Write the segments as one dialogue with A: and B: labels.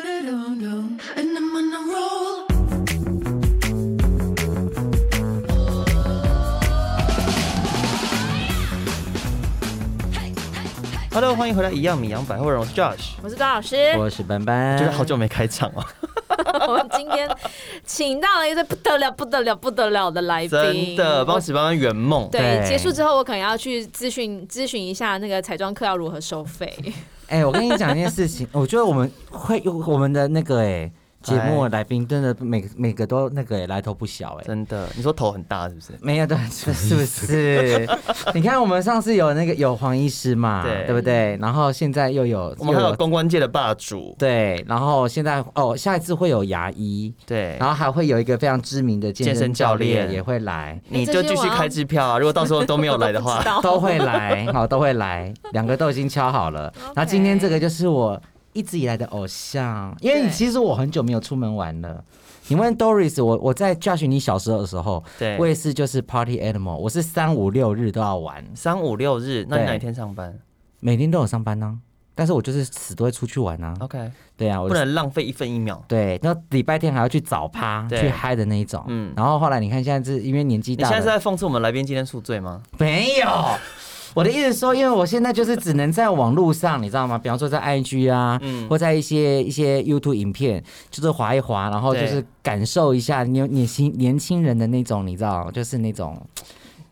A: And I'm on a roll.
B: Hello，欢迎回来，一样米阳百货人，我是 Josh。
C: 我是高老师，
D: 我是班班，
B: 就是好久没开场
D: 啊
B: 了，
C: 我们今天请到了一对不得了、不得了、不得了的来 宾，
B: 真的帮
C: 我
B: 史班班圆梦。
C: 对，
D: 对
C: 结束之后我可能要去咨询咨询一下那个彩妆课要如何收费。
D: 哎、我跟你讲一件事情， 我觉得我们会有我们的那个哎、节目来宾真的每每个都那个哎、来头不小哎、
B: 真的，你说头很大是不是？
D: 没有对，啊是是不是？你看我们上次有那个有黄医师嘛，
B: 对
D: 对不对？然后现在又有
B: 我们还
D: 又
B: 有公关界的霸主，
D: 对，然后现在哦，下一次会有牙医，
B: 对
D: 然，后还会有一个非常知名的健
B: 健身
D: 身
B: 教
D: 教
B: 练
D: 练也会来，
C: 哎
B: 你就继续开支票啊！如果到时候都没有来的
C: 我
B: 话
C: 不知，道
D: 都会 来，好，都会来，两个都已经敲好了。那今天这个就是我一直以来的偶像，因为
C: 对
D: 其实我很久没有出门玩了。你问 Doris，我我在 Josh 你小时候的时候，
B: 对
D: 我也是就是 Party Animal，我是三五六日都要玩，
B: 三五六日，那你
D: 对
B: 哪一天上班
D: 每天都有上班呢、但是我就是死都会出去玩啊。
B: ？OK，
D: 对啊，我
B: 哦不能浪费一分一秒。
D: 对，那礼拜天还要去早趴
B: 对
D: 去嗨的那一种。
B: 嗯
D: 嗯，然后后来你看现在是因为年纪
B: 你
D: 大
B: 现
D: 了，
B: 在是在讽刺我们来宾今天宿醉吗？
D: 没有。我的意思是说，因为我现在就是只能在网络上，你知道吗？比方说在 IG 啊，
B: 嗯
D: 或在一些一些 YouTube 影片，就是滑一滑，然后就
B: 对
D: 是感受一下年年轻年轻人的那种，你知道，就是那种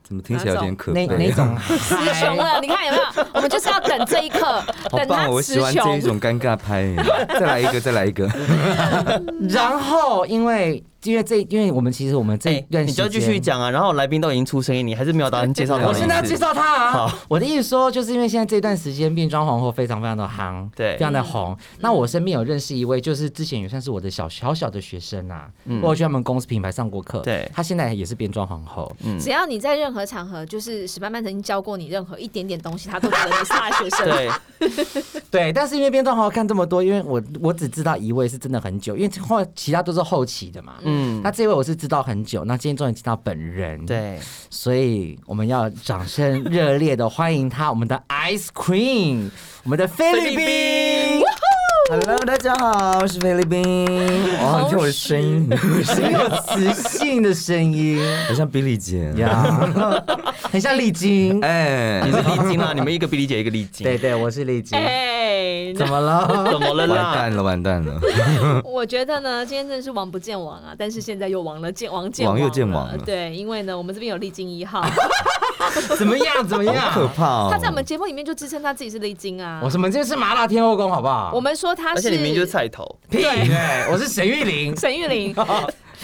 E: 怎么听起来有点可
D: 那
E: 悲？
D: 那种
C: 雌
D: 嗨
C: 雄了，你看有没有？我们就是要等这一刻，
E: 好
C: 等他
E: 棒！我
C: 雌
E: 喜欢这一
C: 雄。
E: 种尴尬拍，再来一个，再来一个。
D: 然后因为因为这因为我们其实我们这一
B: 哎，
D: 段
B: 你
D: 时间、
B: 就继续讲啊！然后来宾都已经出声音，你还是没有打算介绍他
D: 我
B: 们
D: 现在要
B: 名
D: 介
B: 字。
D: 绍他啊
B: 好！
D: 我的意思说，就是因为现在这段时间变装皇后非常非常的夯，
B: 对
D: 非常的红。那我身边有认识一位，就是之前也算是我的小小小的学生啊，
B: 嗯
D: 我有去他们公司品牌上过课，
B: 对
D: 他现在也是变装皇后。
B: 嗯
C: 只，要你在任何场合，就是史班班曾经教过你任何一点点东西，他都觉得你是他的学生。
B: 对，
D: 对，但是因为变装皇后看这么多，因为我我只知道一位是真的很久，因为后其他都是后期的嘛。
B: 嗯
D: 那，这位我是知道很久，那今天终于见到本人，，
B: 对，
D: 所以我们要掌声热烈的欢迎他，我们的 Ice Cream，我们的菲律宾。
E: Hello，大家好，我是菲律宾。哇，你看我的声音，
D: 很有磁性的声音
E: 很像比利 姐。
D: 呀，很像丽晶。
E: 哎
B: 你，是丽晶啦，你们一个比丽姐，一个丽晶。
D: 对，对，我是丽晶。
C: 哎，
D: 怎么了？
B: 怎么了
E: 完
B: 啦？
E: 蛋了，完蛋了。
C: 我觉得呢，今天真的是王不见王啊，但是现在又王了见王见
E: 王又
C: 了
E: 见王了
C: 对，因为呢，我们这边有丽晶一号，
D: 怎么样？怎么
E: 好可
D: 样？
E: 怕哦！
C: 他在我们节目里面就支称他自己是丽晶啊。
D: 我什么？这是麻辣天后宫，好不好？
C: 我们说他
B: 而
C: 是，
B: 且你明明就是菜头。
D: 屁嘞！我是沈玉 玲
C: 沈玉玲，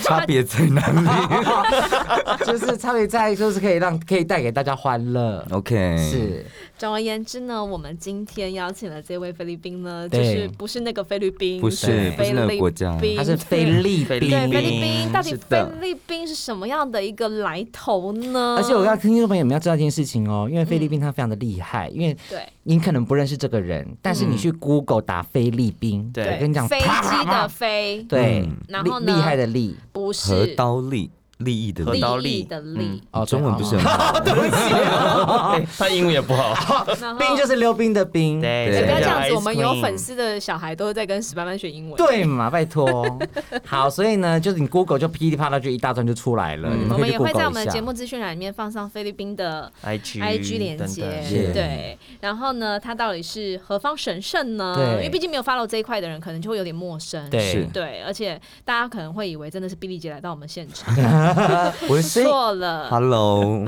E: 差别在哪里
D: 就是差别在就是可以让可以带给大家欢乐。
E: ？OK，
D: 是，
C: 总而言之呢，我们今天邀请的这位菲律宾呢，就
D: 对
C: 是不是那个菲律宾，
E: 不是不
C: 菲
E: 是
C: 律
E: 那
C: 宾
E: 个国家
D: 她是菲律
B: 菲律
C: 对
D: 宾。
C: 嗯菲律宾，到底
E: 是
C: 菲
E: 的
C: 律宾是什么样的一个来头呢？
D: 而且我要听众朋友们要知道一件事情哦，因为菲律宾它非常的厉害，因为
C: 嗯对
D: 你可能不认识这个人，但是你
E: 嗯
D: 去 Google 打菲律宾，
B: 对
D: 我跟你讲，
C: 飞
D: 啪
C: 机的，飞，
D: 对
E: 嗯，
C: 然后
D: 厉
C: 呢
D: 厉害的厉，
C: 不
E: 和
C: 是
E: 刀利利益的
B: 和
E: 利
B: 刀，
C: 利
B: 利
C: 益的利，
D: 哦，对
E: 中文不是
D: 哦
E: 很好。
C: 啊
B: 哎他英文也不 好。
C: 然后
D: 冰就是溜冰的冰，
B: 对
C: 哎
E: 对
C: 不要这样
B: 叫
C: 子，
B: ice
C: 我们有
B: cream
C: 粉丝的小孩都在跟史班班学英文。
D: 对嘛，拜托。好，所以呢，就是你 Google 就噼里啪啦就一大串就出来了，
E: 嗯
D: 你
C: 我
D: 们可
C: 们
D: 以去
C: 也会
D: Google
C: 在我
D: 一
C: 们
D: 下
C: 节目资讯栏里面放上菲律宾的
B: IG
C: IG 连
B: 等
C: 接
B: 等，
D: 是
C: 对。然后呢，它到底是何方神圣呢？
D: 对
C: 因为毕竟没有 follow 这一块的人，可能就会有点陌生。
D: 对
E: 是
C: 对，而且大家可能会以为真的是碧丽姐来到我们现场，
E: 我的声音
C: 错了。
E: ，Hello，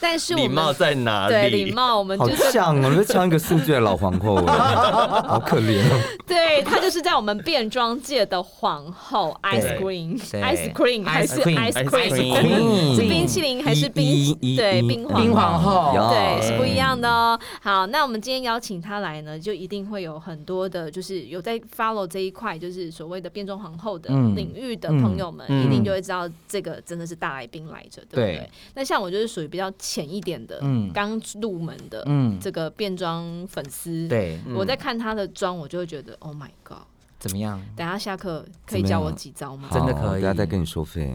C: 但是我
B: 礼貌
C: 们
B: 在哪里？
C: 对礼貌，我们
E: 好
C: 就是
E: 像哦，就像一个宿醉的老皇后哎， 好可怜哦。
C: 对她就是在我们变装界的皇后，ice
B: 对
D: 对
C: cream，ice cream 还是
D: Ice cream，
C: ice
B: ice
C: cream
B: cream。
D: 嗯
C: 是冰淇淋还是
E: 一
C: 冰？
E: 一一
C: 对，
E: 一
C: 冰
D: 冰
C: 皇
D: 皇后
E: 有
C: 对，是不一样的哦。好，那我们今天邀请她来呢，就一定会有很多的，就是有在 follow 这一块，就是所谓的变装皇后的
D: 嗯
C: 领域的朋友们，
B: 嗯
C: 一定就会知道这个真的是大来宾来着，对不对？
D: 对
C: 那像我就是属于比较浅一点的，
D: 嗯
C: 刚入门的
D: 嗯，
C: 这个变装粉丝。，
D: 对，
C: 我在看她的妆，我就会觉得 Oh my God！
D: 怎么样？
C: 等一下下课可
E: 怎
C: 以
E: 么
C: 教
E: 样
C: 我几招吗？
D: 真的可
E: 好
D: 以
E: 等下再跟你收费。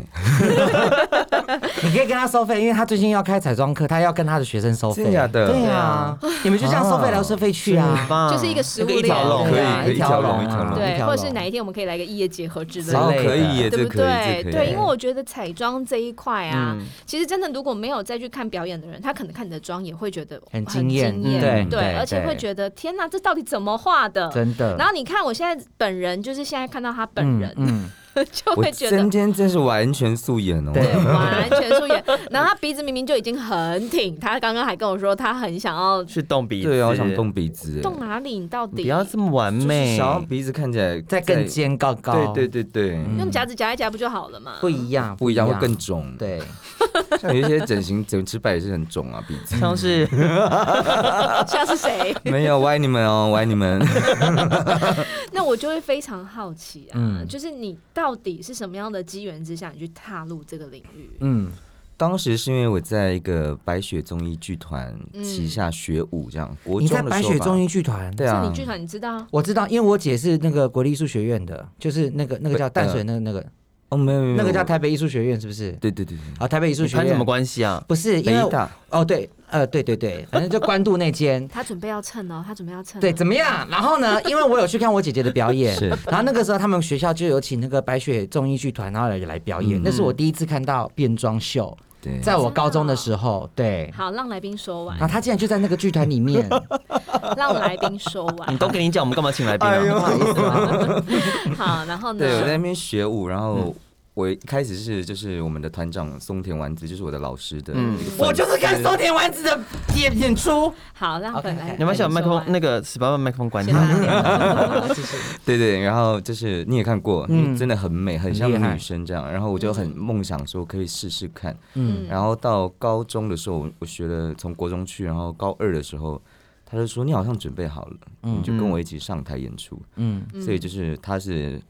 D: 你可以跟他收费，因为他最近要开彩妆课，他要跟他的学生收费。
E: 真假的哦
D: 对啊，你们就这样收费来收费去啊。
B: 棒
C: 就是一个食物
B: 那一
C: 链
B: 条龙，
E: 可以
D: 啊
E: 可以一条龙
D: 啊
E: 一条龙
C: 对，或者是
D: 龙
C: 哪一天我们可以来个异业结合之类
D: 之
E: 哦
C: 的。
D: 类
E: 可以耶，
C: 对
E: 这
C: 不
E: 可以，
C: 对？
E: 这可
C: 对，
E: 以
C: 因为。我觉得彩妆这一块啊，
B: 嗯
C: 其实真的如果没有再去看表演的人，他可能看你的妆也会觉得
D: 很惊
C: 惊
D: 艳
B: 嗯
C: 对
B: 对
D: 对
C: 而且
D: 对
C: 会觉得天哪，这到底怎么画的？
D: 真的。
C: 然后你看我现在本人，就是现在看到他本
D: 嗯
C: 人，
D: 嗯，
C: 就
E: 我
C: 会觉得
E: 真真真是完全素颜哦，
D: 对
C: 完全素颜。然后他鼻子明明就已经很挺，他刚刚还跟我说他很想要
B: 去动鼻子，
E: 对啊，我想动鼻子，
C: 动哪里？你到
B: 不
C: 底
B: 要这么完
E: 就是
B: 美，
E: 想要鼻子看起来
D: 再更，尖高高。
E: 对，对对对，
C: 用夹子夹一夹不就好了嘛？
D: 不一样，
E: 不一样会更肿，，
D: 对。
E: 像有一些整形整直白也是很肿啊，鼻 子。
B: 像是
C: 像是谁？
E: 没有，我爱你们哦，我爱你们。
C: 那我就会非常好奇啊，
D: 嗯
C: 就是你到底是什么样的机缘之下，你去踏入这个领域？
D: 嗯，
E: 当时是因为我在一个白雪综艺剧团
C: 嗯
E: 旗下学舞，这样。国
D: 你
E: 中
D: 在
E: 的
D: 白
E: 时候
D: 雪
E: 吧
D: 综艺剧团？
E: 对
C: 是
E: 啊
C: 你，剧团你知道？。
D: 我知道，因为我姐是那个国立艺术学院的，就是那个那个叫淡水那个那个
E: 哦，没有没有，
D: 那个叫
E: 台，
D: 台北艺术学院，是不是？
E: 对对对对，
D: 啊，台北艺术
B: 你
D: 学
B: 攀什么
D: 院
B: 关系啊？
D: 不是因
E: 北
D: 为
E: 艺大
D: 哦对，呃对对对，反正就关渡那间
C: 他准备要蹭哦，他准备要蹭哦、
D: 对，怎么样？然后呢？因为我有去看我姐姐的表演，
E: 是
D: 然后那个时候他们学校就有请那个白雪综艺剧团，然后来来表演。
E: 嗯
D: 那是我第一次看到变装秀，
E: 对。
D: 在我高中的时候，对。
C: 好，让来宾说完
D: 然，后她竟然就在那个剧团里面，
C: 让来宾说
B: 你
C: 完。
B: 都跟你讲，我们干嘛请来
C: 哎
B: 宾
D: 不
B: 啊？
D: 好意思啊。
C: 好，然后呢
E: 对，？我在那边学舞，
D: 嗯
E: 然后我一开始是就是我们的团长松田丸子，就是我的老师的
B: 嗯
E: 一个粉丝，
D: 我就是看松田丸子的演演出，
C: 好，让
D: OK，OK
C: 本来
B: 你要不要
C: 小
B: 把麦克风那个十八万麦克风关
C: 先拉
B: 掉？
C: 链
E: 对对，然后就是你也看过，
D: 嗯
E: 嗯，真的很美，很像
D: 很厉害
E: 女生这样，然后我就很梦想说可以试试看，
D: 嗯
E: 然后到高中的时候，我我学了从国中去，然后高二的时候，他就说你好像准备好了，
D: 嗯
E: 你就跟我一起上台演出，
D: 嗯，
E: 所以就是他是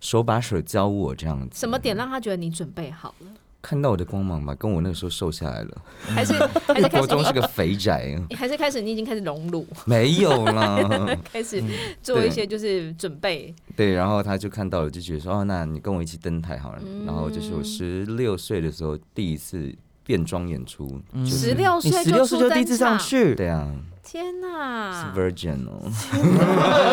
E: 手把手教我这样子，
C: 什么点让他觉得你准备好了？
E: 看到我的光芒吧，跟我那个时候瘦下来了，
B: 嗯
C: 还是还是开
E: 国
C: 始
E: 中是
C: 你
E: 个肥宅，
C: 还是开始你已经开始融入，
E: 没有啦，
C: 开始
B: 嗯
C: 做一
E: 对
C: 些就是准备。
E: 对，然后他就看到了，就觉得说哦，那你跟我一起登台好了，
C: 嗯
E: 然后就是我十六岁的时候第一次变装演出，就是
C: 十六
B: 你
C: 岁
B: 十六岁
C: 出
B: 嗯就
C: 战
B: 第一次上
C: 场，
B: 去，
E: 对啊，
C: 天
E: 是
C: 哪！
E: virgin 哦。
C: 哎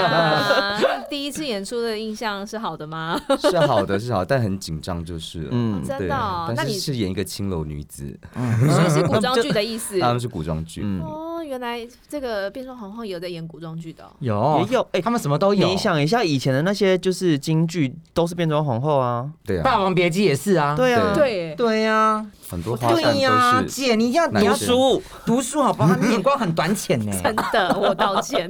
C: 呀嗯第一次演出的印象是好的吗？
E: 是好的，是好，但很紧张就是了。
B: 嗯
E: 嗯，
C: 真
E: 对
C: 的哦那
E: 但
C: 你
E: 是是演一个青楼女子，
C: 所以是古装剧的意思。
E: 他们是古装剧。
B: 嗯，
C: 哦，原来这个变装皇后也有在演古装剧的哦、
D: 有
B: 也有哎
D: 他们什么都有。
B: 你想一下，以前的那些就是京剧都是变装皇后啊，
E: 对
D: 《霸
E: 啊，
D: 王别姬》也是啊，
B: 对啊，
C: 对，
E: 对
D: 对呀，
E: 很多花旦
D: 对呀，
C: 啊
E: 都是。
D: 姐，你一定要你要
E: 男生
D: 读读书好不好？你眼光很短浅呢。
C: 真的，我道 歉。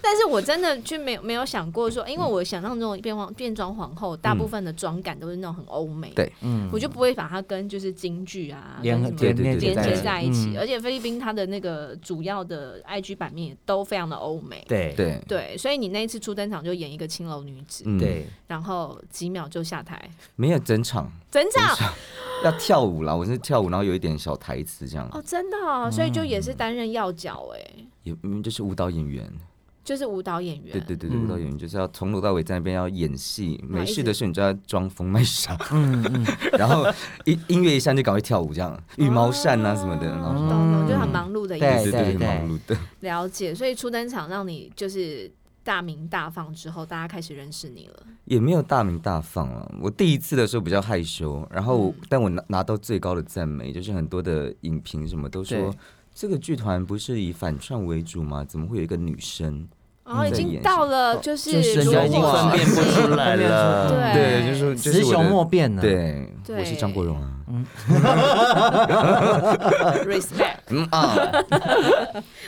C: 但是我真的就没有没有想过说，因为我想象中变皇变装皇后，大部分的妆感都是那种很欧美，
E: 对
D: 嗯
C: 我就不会把它跟就是京剧啊
D: 联合
C: 跟什么
E: 对对对
C: 连
E: 对
C: 接
E: 对
C: 在一起。
D: 嗯
C: 而且菲律宾它的那个主要的 IG 版面也都非常的欧美，
D: 对
E: 对
C: 对，所以你那一次初登场就演一个青楼女子，
E: 嗯，
D: 对，
C: 然后几秒就下台，
E: 没有整场
C: 整场
E: 要跳舞啦，我是跳舞，然后有一点小台词这样，
C: 哦，真的
E: 嗯
C: 哦，所以就也是担任要角哎、
E: 也嗯就是舞蹈演员。
C: 就是舞蹈演员，
E: 对对对对，
B: 嗯
E: 舞蹈演员就是要从头到尾在那边要演戏，
C: 然后
E: 没
C: 一
E: 事
C: 直
E: 的时候你就要装疯卖傻，嗯 然后音音乐一下就赶快跳舞这样，羽毛扇啊什么的，然
C: 哦
E: 后
C: 懂
E: 说
C: 哦懂，就很忙碌的意
D: 对
E: 对
C: 思，
E: 对，很忙碌的，
C: 了解。所以初登场让你就是大名大放之后，大家开始认识你了，
E: 也没有大名大放啊。我第一次的时候比较害羞，然
C: 嗯
E: 后、但我拿拿到最高的赞美，就是很多的影评什么都说
B: 对，
E: 这个剧团不是以反串为主吗？怎么会有一个女生？
C: 然哦后已
E: 在
C: 经
E: 演
C: 到
E: 戏哦
C: 了就是
D: 就是
B: 人
C: 如
B: 家已经
C: 火
B: 分辨不
C: 星
B: 出来了，
C: 对啊
E: 对，就是说就是
D: 嗯雌
E: 我
D: 雄
E: 的
D: 莫辨啊呢。，
E: 对，
C: 对
E: 我是张国荣啊。
C: respect，
E: 嗯啊，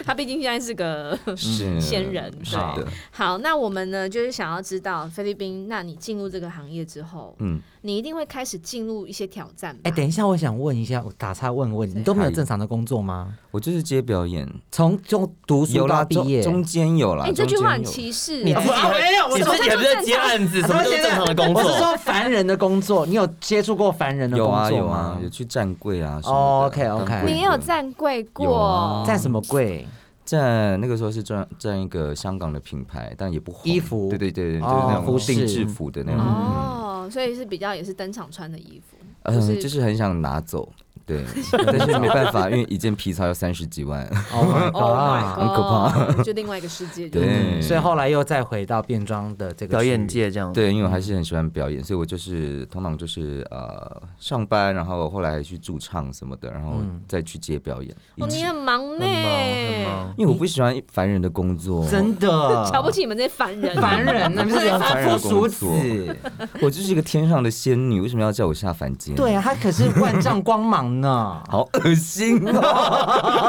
C: 他毕竟现在是个
E: 是
C: 仙人
E: 嗯是的，
C: 好。那我们呢，就是想要知道菲律宾，那你进入这个行业之后，
E: 嗯，
C: 你一定会开始进入一些挑战吧？
D: 哎，等一下，我想问一下，我打岔问问，你都没有正常的工作吗？
E: 我就是接表演，
D: 从中读书
E: 有
D: 到
E: 啦，
D: 毕
E: 中
D: 业，
E: 中间有啦，
C: 哎，你这句话很
E: 中间有
C: 歧视
B: 你
C: 哎、
B: 自己还
D: 哦没有我
B: 你自己还不在接案 子，什么都是正常的工
D: 我是
B: 作。
D: 说凡人的工作，你有接触过凡人的
E: 有
D: 工
E: 啊
D: 作
E: 有啊
D: 吗，？
E: 有去站柜啊什么的。
D: 哦，OK，OK
E: 当柜
C: 你也有
E: 的
C: 站柜
E: 有
C: 过
E: 啊，
D: 在什么柜？
E: 站那个时候是站站一个香港的品牌，但也不红
D: 衣服
E: 对对对，就是
D: 哦
E: 那
D: 服
E: 种
D: 饰
E: 定制服的那种。
C: 哦哦，所以是比较也是登场穿的衣服。
E: 嗯、
C: 是
E: 就是很想拿走， 对，但是没办法，因为一件皮草要三十几万，
D: Oh my
C: Oh my
D: god！
E: 很可怕
C: god，就另外一个世界。就是
E: 对
D: 嗯所以后来又再回到变装的这个
B: 表演
D: 区域，
B: 界这样。，
E: 对，因为我还是很喜欢表演，所以我就是通常就是呃上班，然后后来还去驻唱什么的，然后
D: 嗯
E: 再去接表演。
C: 哦，
E: 一直
C: 你很忙呢
B: 很忙，很，忙。
E: 因为我不喜欢凡人的工作，
D: 真的
C: 瞧 不起你们这些凡人。啊
D: 凡人，那不是
E: 凡人
D: 凡夫
E: 工
D: 俗
E: 作
D: 子。
E: 我就是一个天上的仙女，为什么要叫我下凡间？。
D: 对，啊，他可是万丈光芒呢
E: 好恶心啊！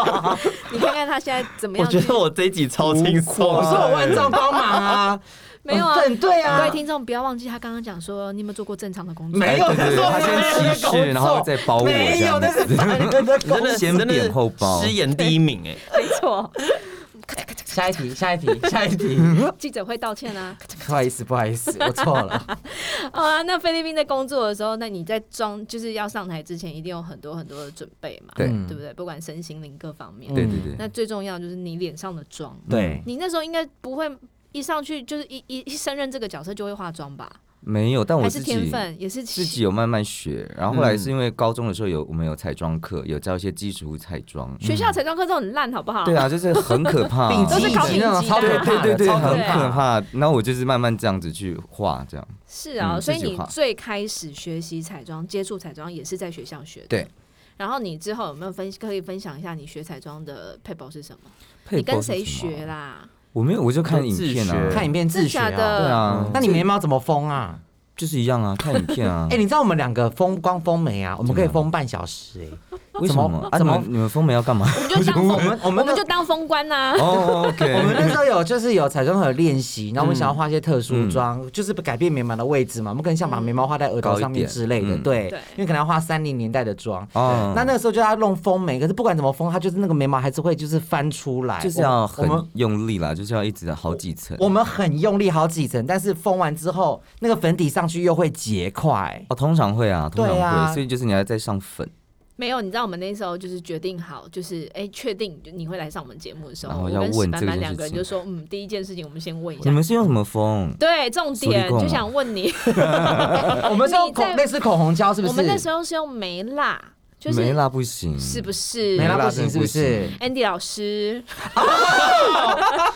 C: 你看看他现在怎么
B: 我
C: 样去？
B: 觉得我这一集超轻松
D: 啊我，说我万丈光芒啊，
C: 没有啊。
D: 很对
C: 各
D: 啊
C: 位，听众，不要忘记他刚刚讲说，你有没有做过正常的工作？
D: 没有
E: 哎对对对
D: 做
E: 他先歧视，然后再包我这
D: 没有，
E: 样
D: 那是
E: 子。
D: 凡人的
B: 真的
D: 工作。
E: 先
B: 真的
E: 贬后褒
B: 失言第一名哎，
C: 没错，
D: 下一题，下一题，下一题。
C: 记者会道歉啊。
D: 不好意思，不好意思，我错 了。
C: 好啊，那菲律宾在工作的时候，那你在装就是要上台之前，一定有很多很多的准备嘛，
E: 对
D: 嗯
C: 对不对？不管身心灵各方面。
E: 对对对，
C: 那最重要就是你脸上的妆，
D: 对，
C: 你那时候应该不会一上去就是一一一胜任这个角色就会化妆吧？
E: 没有，但我
C: 还
E: 自
C: 是
E: 己
C: 天分，也是
E: 自己有慢慢学，然后后来
D: 嗯
E: 是因为高中的时候有我们有彩妆课，有教一些基础彩妆。
C: 学校彩妆课都很烂，好不好？
E: 嗯对啊，就是很可 怕，
D: 病
C: 都是
D: 急
C: 考
D: 你
C: 评
D: 知道吗
C: 级
D: 超
C: 的
D: 可
E: 对
D: 怕
E: 对
D: 的
E: 对对，
D: 超
E: 很
D: 可
E: 可
D: 怕。
E: 怕。然后我就是慢慢这样子去画，这样
C: 是啊，
E: 嗯
C: 所以
E: 自己
C: 你
E: 画
C: 最开始学习彩妆、接触彩妆也是在学校学的。
E: 对。
C: 然后你之后有没有分可以分享一下你学彩妆的 paper 是什么？
E: 配
C: 你跟
E: 包是
C: 谁
E: 什么啊
C: 学？ 啦？
E: 我没有，我就看
B: 就
E: 影
B: 自
E: 片
B: 学
E: 啊，
D: 看影片自
C: 真
D: 学
C: 假
D: 啊。
E: 对
C: 的？
E: 啊，
D: 那你眉毛怎么封啊？
E: 就是 一样啊，看影片啊
D: 哎，。你知道我们两个封光封眉啊，我们可以
E: 怎么样
D: 封半小时哎。
E: 为什么？啊，
D: 怎
E: 你
D: 么
E: 们你们封眉要干嘛？
C: 我们就当
D: 我
C: 封，
D: 们我
C: 我
D: 们
C: 们
D: 的
C: 就当封官啊呐。
E: 哦 ，OK，
D: 我们那时候有就是有彩妆和练习，然后我们想要画一些特殊妆，就是改变眉毛的位置嘛。我们可能想把眉毛画在额头上面之类
E: 高一
D: 的，
E: 点
D: 对
C: 对，
D: 因为可能要画三零年代的妆。
E: 哦
D: 那那个时候就要弄丰眉，可是不管怎么丰，它就是那个眉毛还是会就是翻出来，
E: 就是
D: 我
E: 要
D: 们我
E: 很
D: 们
E: 用力啦，就是要一直好几层。
D: 我们很用力好几层，但是封完之后，那个粉底上去又会结块。
E: 哦，通常会啊，通常
D: 对啊
E: 会，所以就是你要再上粉，
C: 没有，你知道我们那时候就是决定好，就是哎，确定你会来上我们节目的时
E: 然
C: 候，
E: 后
C: 我
E: 要
C: 跟
E: 问
C: 史班
E: 这个
C: 班
E: 事
C: 两个人
E: 情
C: 就说，嗯，第一件事情我们先问一
E: 你
C: 下。
E: 们是用什么封？
C: 对，重
E: 苏力
C: 点
E: 控
C: 就
E: 啊
C: 想问你，
D: 我们是用
C: 哦你在
D: 口类似口红胶，是不
C: 我
D: 是？
C: 们那时候是用眉蜡，就是
E: 没啦，不行，
C: 是 不是
D: 眉
E: 没
D: 毛
E: 蜡
D: 不行，是不是？
C: Andy 老师，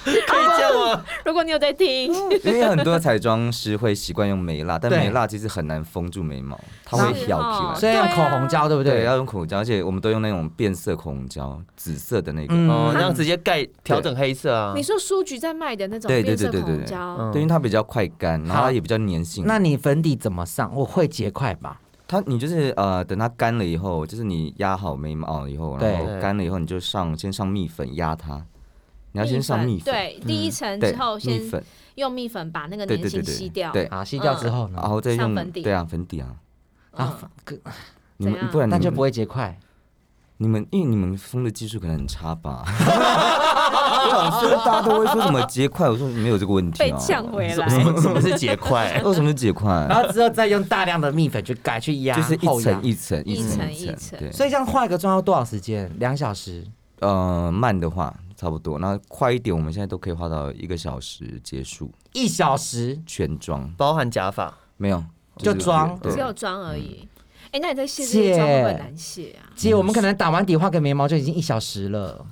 B: 可以这样吗？
C: 如果你有在听，
E: 因为很多彩妆师会习惯用眉蜡，但
D: 对啊
E: 眉蜡其实很难封住眉毛，它会
C: 是
E: 翘
C: 哦
E: 起
D: 所
E: 来。
D: 以用
C: 对啊
D: 口红胶，对不
E: 对，
D: 对？
E: 要用口红胶，而且我们都用那种变色口红胶，紫色的那个，
D: 嗯
B: 哦，那样直接盖调整黑色啊嗯
C: 你。说书局在卖的那种
E: 嗯对
C: 变
E: 对
C: 色
E: 对
C: 口
E: 对对嗯
C: 红
E: 对，
C: 胶，
E: 对，因为它比较快干，然后
D: 好
E: 它也比较粘性。
D: 那你粉底怎么上？我会结块吧？
E: 它你就是呃，等它干了以后，就是你压好眉毛以后，
D: 对
E: 然后干了以后，你就上先上蜜粉压它，你要先上蜜粉，嗯
C: 对，第一层
E: 对
C: 之后
E: 蜜
C: 先
E: 粉，
C: 用蜜粉把那个
E: 对
C: 粘
E: 对对
C: 性
E: 对
C: 吸掉，
E: 对，
D: 啊，吸掉之后呢？
E: 然后再
C: 上
E: 用
C: 粉底
E: 对啊粉底啊，
D: 啊
C: 嗯，
D: 可
E: 你们
C: 怎样
E: 不然你
D: 那
E: 们
D: 就不会结
E: 嗯
D: 块。
E: 你们因为你们封的技术可能很 差吧？我想说大家都会说什么结块，我说没有这个问题
C: 被
E: 啊。
C: 呛回
B: 什
C: 来
B: 么。什么什么是结 块？
E: 为什么是结块
D: 然？后之后再用大量的蜜粉去改去压，
E: 就是一
D: 后压
E: 层一层
C: 一层
E: 层
C: 一层
E: 层，对。
D: 所以这样画一个妆要多少时间？两小时。
E: 呃，慢的话差不多，那快一点，我们现在都可以花到一个小时结束
D: 一小时
E: 全妆，
B: 包含假发，
E: 没有
D: 就是妆
E: 对
C: 只有妆而已。
E: 嗯
C: 哎，那你在卸这些妆会不会很难卸啊？
D: 姐，我们可能打完底画个眉毛就已经一小时了。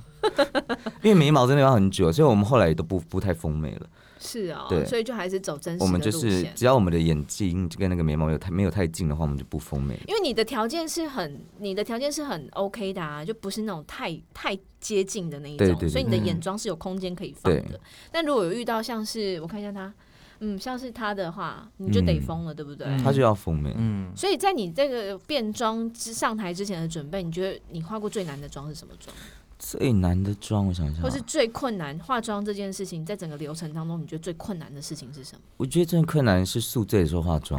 E: 因为眉毛真的要很久，所以我们后来也都不不太丰眉了。
C: 是哦，
E: 对
C: 所以就还是走真实
E: 我们
C: 的
E: 就
C: 路
E: 是
C: 线。
E: 只要我们的眼睛跟那个眉毛有太没有太近的话，我们就不丰眉。
C: 因为你的条件是很，你的条件是很 OK 的啊，就不是那种太太接近的那一种，
E: 对对对嗯
C: 所以你的眼妆是有空间可以放的。但如果有遇到像是我看一下他，嗯，像是他的话，你就得疯了，对不对？
E: 它就要丰眉，
D: 嗯，
C: 所以在你这个变装之上台之前的准备，你觉得你化过最难的妆是什么妆，
E: 最难的妆，我想一下啊
C: 或，是最困难化妆这件事情，在整个流程当中，你觉得最困难的事情是什么？
E: 我觉得最困难是宿醉的时候 化妆。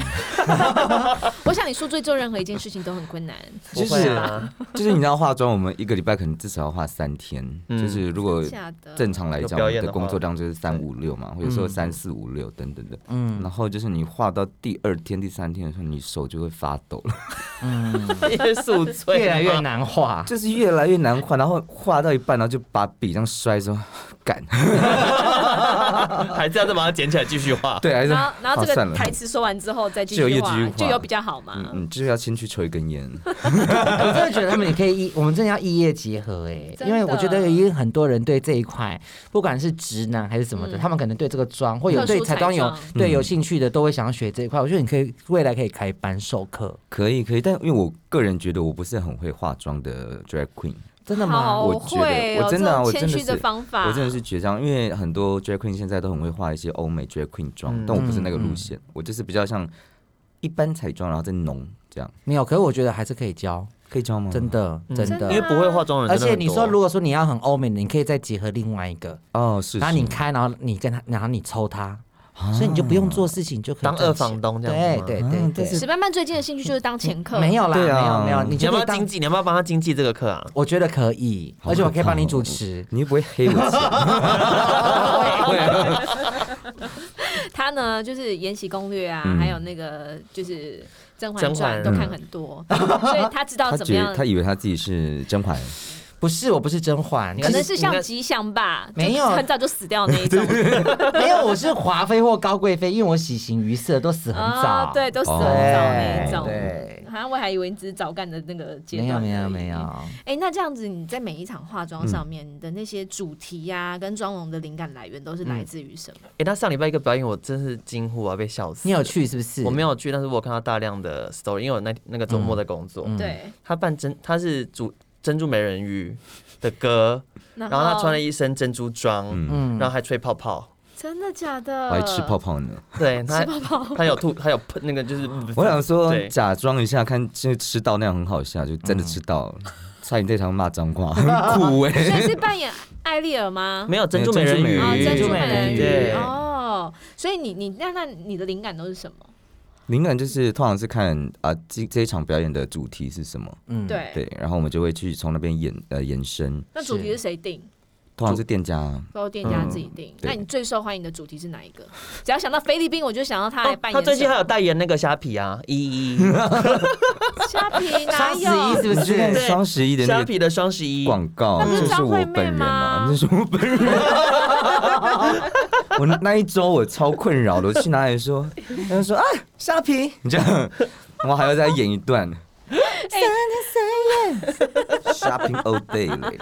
C: 我想你宿醉做任何一件事情都很困 难，
E: 就
B: 不会
E: 是
B: 啊，
E: 就是你知道化妆，我们一个礼拜可能至少要化三天，
B: 嗯
E: 就是如果
C: 假的。
E: 正常来
B: 有
E: 讲，
B: 表
E: 我
B: 演
E: 们
B: 的
E: 的
B: 话嗯
E: 工作量就是三五六嘛，或者说三四五六等等的。嗯，然后就是你化到第二天、第三天的时候，你手就会发抖了，
B: 因为宿
C: 啊
B: 醉
D: 越来越
B: 嘛。
D: 难画。
E: 就是越 来越难画，然后画到一半，然后就把笔这样摔说，干，
B: 还是要再把它捡起来继续画。
E: 对，还是
C: 然后，然后这
E: 啊算
C: 个
E: 了
C: 台词说完之后再继
E: 就有
C: 续
E: 一
C: 画
E: 句，话
C: 就有比较好嘛。
E: 嗯嗯，就是要先去抽一根烟，
D: 我 真的觉得他们也可以一，我们真的要异业结合哎、
C: 真的
D: 因为我觉得有很多人对这一块，不管是直男还是什么的，
C: 嗯
D: 他们可能对这个妆或有
C: 特殊
D: 对彩妆有
C: 彩妆
D: 对
E: 嗯
D: 有兴趣的，都会想要学这一块。我觉得你可以未来可以开班授课，
E: 可以可以。但因为我个人觉得我不是很会化妆的 drag queen，
D: 真的吗？
C: 好
E: 我觉得
C: 会哦，
E: 我真的啊
C: 这
E: 我
C: 种
E: 真
C: 谦虚
E: 的
C: 的
E: 是
C: 方法，
E: 我真的是绝招，因为很多 drag queen 现在都很会画一些欧美 drag queen 妆，
B: 嗯
E: 但我不是那个路线，我就是比较像一般彩妆，然后再浓这样，
D: 没有，可是我觉得还是可以教，
E: 可以教吗？
D: 真的
B: 嗯
D: 真
C: 真
B: 因为
C: 的
D: 的。
B: 不会化妆的
D: 啊而
B: 人真的
D: 且
B: 很多，
D: 你说，如果说你要很欧美的，你可以再结合另外一个，
E: 哦，是。
D: 然后你
E: 是，
D: 开，然后你跟他，然后你抽他，
E: 啊
D: 所以你就不用做事情，你就可以
B: 当
D: 赚
B: 二
D: 钱
B: 房东这样
D: 对
B: 子吗
D: 对
E: 啊
D: 对
E: 但
D: 对
E: 是，
C: 史班班最近的兴趣就是当前客，
D: 没有啦，没
E: 对啊
D: 有没有，
B: 你
D: 你就
B: 要不
D: 可
B: 要
D: 以当
B: 经纪？你要不要帮他经纪这个课啊？
D: 我觉得可以，
E: 好
D: 而且我
E: 可
D: 可以帮你
E: 怕哦
D: 主持。
E: 你又不会黑我啊钱？
C: 他呢就是《延禧攻略》啊，
E: 嗯
C: 还有那个就是《甄嬛
B: 甄
C: 传》
B: 嬛
C: 都看很 多，所以他知道
E: 他
C: 怎么
E: 觉
C: 样
E: 得，他以为他自己是甄嬛，
D: 不是，我不是甄嬛，
C: 可
D: 其
C: 能
D: 实
C: 是像吉祥吧，就
D: 没有
C: 很早就死掉那一 种，
D: 没有，我是华妃或高贵妃，因为我喜形于色，都死很早
C: 啊，。对，都死很
E: 哦
C: 早那一
D: 对
C: 种。
D: 对，
C: 好像我还以为你只是早干的那个阶
D: 没有
C: 段，
D: 没有没有。。
C: 哎、那这样子，你在每一场化妆上面，你的那些主题呀、跟妆容的灵感来源都是来自于什么？
B: 哎，他上礼拜一个表演，我真是惊呼啊，被笑死。
D: 你有？去是不是？
B: 我没有去，但是我有看到大量的 story，因为我那那个周末在工作。
D: 嗯
C: 对，
B: 他扮珍，他是主珍珠美人鱼的歌，
C: 然
B: 然后他穿了一身珍珠装，
E: 嗯，
D: 嗯，
B: 然后还吹泡泡，
C: 真的假的？
E: 我还吃泡泡呢。
B: 对他他有吐，他有喷那个就是，
C: 哦
E: 我想说
B: 对
E: 假装一下，看就吃到那样很好笑，就真的吃到了。差点在场骂脏话，很苦哎、
C: 所以是扮演艾丽尔吗？
B: 没有珍珠美人鱼，
E: 没有
C: 哦，珍
E: 珍
C: 珠
E: 珠
C: 美
E: 美
C: 人
E: 人
C: 鱼
E: 鱼
B: 对，
C: 哦，所以你你那那你的灵感都是什么？
E: 灵感就是通常是看啊，这这一场表演的主题是什么，
D: 嗯，
C: 对，
E: 对，然后我们就会去从那边延呃延伸，
C: 那主题是谁定？
E: 通常是店家啊，
C: 包括店
B: 嗯
C: 家自己定。
E: 对
C: 那你最受欢迎的主题是哪一个？只要想到菲律宾，我就想到他来
B: 哦
C: 扮演什
B: 他
C: 么。
B: 最近还有代言那个虾皮啊，一一
C: 虾皮哪
D: 双十一
C: 有？
D: 是不
E: 你去看
D: 是？
B: 对
E: 双十一的那
B: 虾
E: 个
B: 皮的双十一，
E: 广告，
C: 那不是
E: 这是
C: 张
E: 我
C: 惠妹
E: 本人
C: 吗
E: 啊，这是我本人。 我那一周我超困扰的，我去哪里说，他就说啊
D: 沙皮，
E: 你这样，我还要再演一段。Shopping all day 嘞，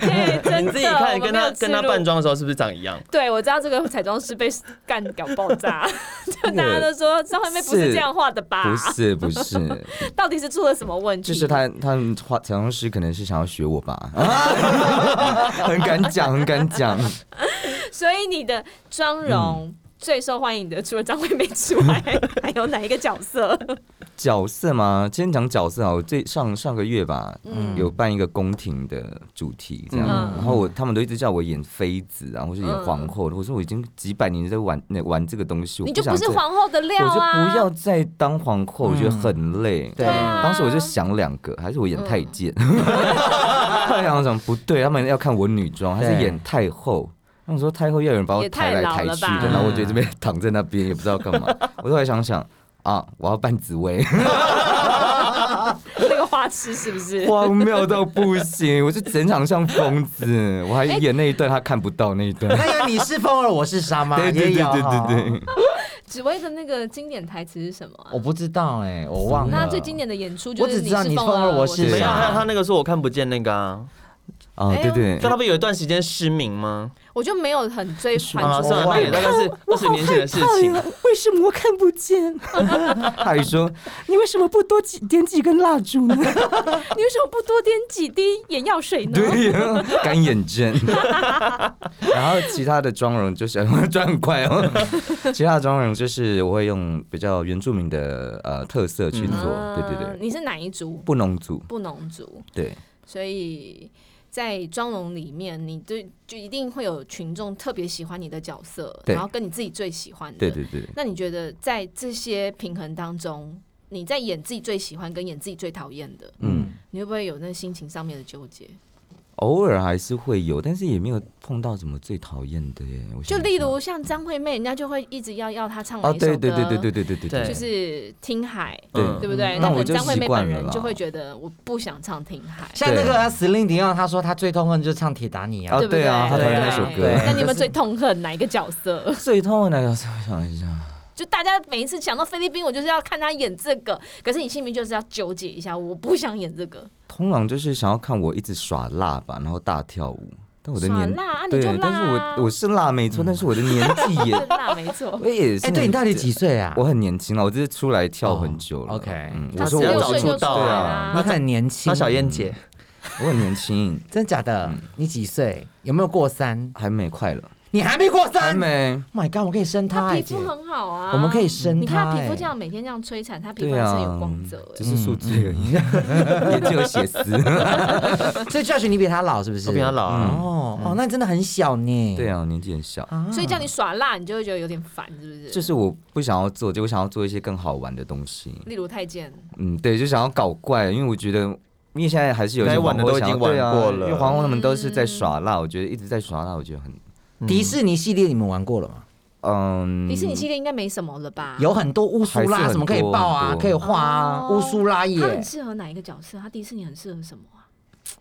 C: 对，真
B: 你
C: 的，
B: 自己看
C: 我
B: 跟
C: 没有
B: 他
C: 记
B: 跟他
C: 录
B: 扮装的时候是不是长一样？
C: 对，我知道这个彩妆师被干搞爆炸，就大家都说张惠妹不是这样画的吧？
E: 不是不是，
C: 到底是出了什么问题？
E: 就是他他们化彩妆师可能是想要学我吧， 啊很敢讲很敢讲，
C: 所以你的妆容。最受欢迎的除了张惠妹之外， 还有哪一个角色？
E: 角色吗？今天讲角色啊，我最上上个月吧，有办一个宫廷的主题这样，
C: 嗯
E: 然后我他们都一直叫我演妃子啊，或是演皇后，我说我已经几百年在玩那玩这个东西，我
C: 你就
E: 想
C: 不是
E: 再
C: 皇后的料
E: 我就
C: 啊！
E: 不要再当皇后，我觉得很累。
D: 嗯对
C: 啊
E: 当时我就想两个，还是我演太 监？后来想想不对，他们要看我女装，还是
D: 对嗯
E: 演太后？他们说太后要有人把我
C: 也
E: 抬
C: 太
E: 来
C: 老
E: 抬
C: 了
E: 去
C: 吧
E: 的，然后我就这边躺在那边也不知道干 嘛。我后来想想啊，我要扮紫薇，
C: 那个花痴是不是？
E: 荒谬到不行，我就整场像疯子，我
D: 哎
E: 还演那一段他看不到那一段。
D: 那有你是风儿，我是沙吗？
E: 对对
D: 也
E: 对
D: 有
E: 对
D: 哈
E: 对对，
C: 紫薇的那个经典台词是什么啊、
D: 我不知道哎，我忘了。
C: 那最经典的演出就
D: 我
C: 是
D: 只知道
C: 是
D: 你
C: 凤
D: 凤儿
C: 儿，
D: 我是
C: 是
B: 没有，
E: 啊
B: 还有他那个说我看不见那个啊，
E: 啊
D: 哎
E: 对对
B: 但他，不是有一段时间失明吗？
C: 我就没有很追反
B: 啊，
C: 着
B: 算了，那也大概 是二十年前的事情。
E: 为什么我看不见？啊 他还说你为什么不多几点几根蜡烛呢？
C: 你为什么不多点几滴眼药水呢？
E: 对呀、干眼症。 然后其他的妆容就是转很快哦， 其他的妆容就是我会用比较原住民的呃特色去做，
C: 啊
E: 对对对，
C: 你是哪一族？
E: 布农族，
C: 不农族，
E: 对，
C: 所以在妆容里面，你对就一定会有群众特别喜欢你的角色，
E: 对
C: 然后跟你自己最喜欢的。
E: 对对对。
C: 那你觉得在这些平衡当中，你在演自己最喜欢跟演自己最讨厌的，
E: 嗯，
C: 你会不会有那心情上面的纠结？
E: 偶尔还是会有，但是也没有碰到什么最讨厌的耶。我
C: 就
E: 想
C: 例
E: 一下
C: 如像张惠妹，人家就会一直要要她唱哪
E: 哦，
C: 一首歌，
E: 对对对对对对对对
B: 对
C: 就是《听海》，
E: 对
C: 对不对？
E: 嗯
C: 那
E: 那
C: 可
E: 我
C: 能
E: 就
C: 张惠妹
E: 习惯
C: 本
E: 了
C: 人
E: 啦
C: 就会觉得我不想唱《听海》，
D: 像那个司令迪奥，他说他最痛恨就是唱《铁达尼亚
E: 哦》
C: 对不
E: 对啊
D: 他讨厌那
C: 对
D: 首歌
C: 那你
D: 就
C: 们
D: 是
C: 最痛恨哪一个角色？
E: 最痛的那个，我想一下，
C: 就大家每一次想到菲律宾，我就是要看他演这个，可是你心里面就是要纠结一下，我不想演这个，
E: 通常就是想要看我一直耍辣吧，然后大跳舞。但我的
C: 耍
E: 年
C: 辣啊，你就
E: 对，
C: 辣
E: 但是
C: 啊，
E: 我我是辣没错，但是我的年纪 也，
C: 辣没错。
E: 我也是。
D: 哎，对你到底几？岁啊？
E: 我很年轻了，我就是出来跳很久了。
D: 哦，OK
E: 嗯
C: 他
E: 我说
B: 只要
E: 我
B: 早
E: 我
B: 出
E: 出
B: 道
E: 对
C: 啊
E: 啊，
D: 你很年轻，
B: 那小燕姐，
E: 我很年轻，
D: 真假的？你几岁？有没有过三？
E: 还没快了，
D: 你还没过
E: 还
D: 三
E: 没。
D: Oh？My God，我可以生他
C: 他
D: 哎，
C: 皮
D: 姐
C: 肤，很好啊，
D: 我们可以生
C: 你看
D: 他
C: 他皮
D: 哎
C: 肤这。样每天这样摧残，他皮肤
E: 对
C: 还是
E: 啊
C: 有光泽哎
E: 只是数字而已， 也只有 血丝。
D: 所以 Josh 你比他老是不是？
B: 我比她老啊
D: 哦哦，那你真的很小呢。
E: 对啊，年纪很小，
C: 欸所以叫你耍辣，你就会觉得有点烦，是不是？
E: 就是我不想要做，就我想要做一些更好玩的东西。
C: 例如太监，
E: 嗯，对，就想要搞怪，因为我觉得，因为现在还是有一
B: 该
E: 些
B: 玩的
E: 皇
B: 都
E: 后
B: 已
E: 想要
B: 经玩
E: 对啊
B: 过了
E: 因为皇后他们都是
C: 嗯
E: 在耍辣，我觉得一直在耍辣，我觉得很，
D: 迪士尼系列你们玩过了吗？
E: 嗯，
C: 迪士尼系列应该没什么了吧？
D: 有很多乌苏
E: 还是
D: 拉
E: 很
D: 什么可以抱啊，
E: 多
D: 可以画啊，
C: 哦
D: 乌苏拉
C: 他很
D: 耶。
C: 适合哪一个角色？他迪士尼很适合什么啊？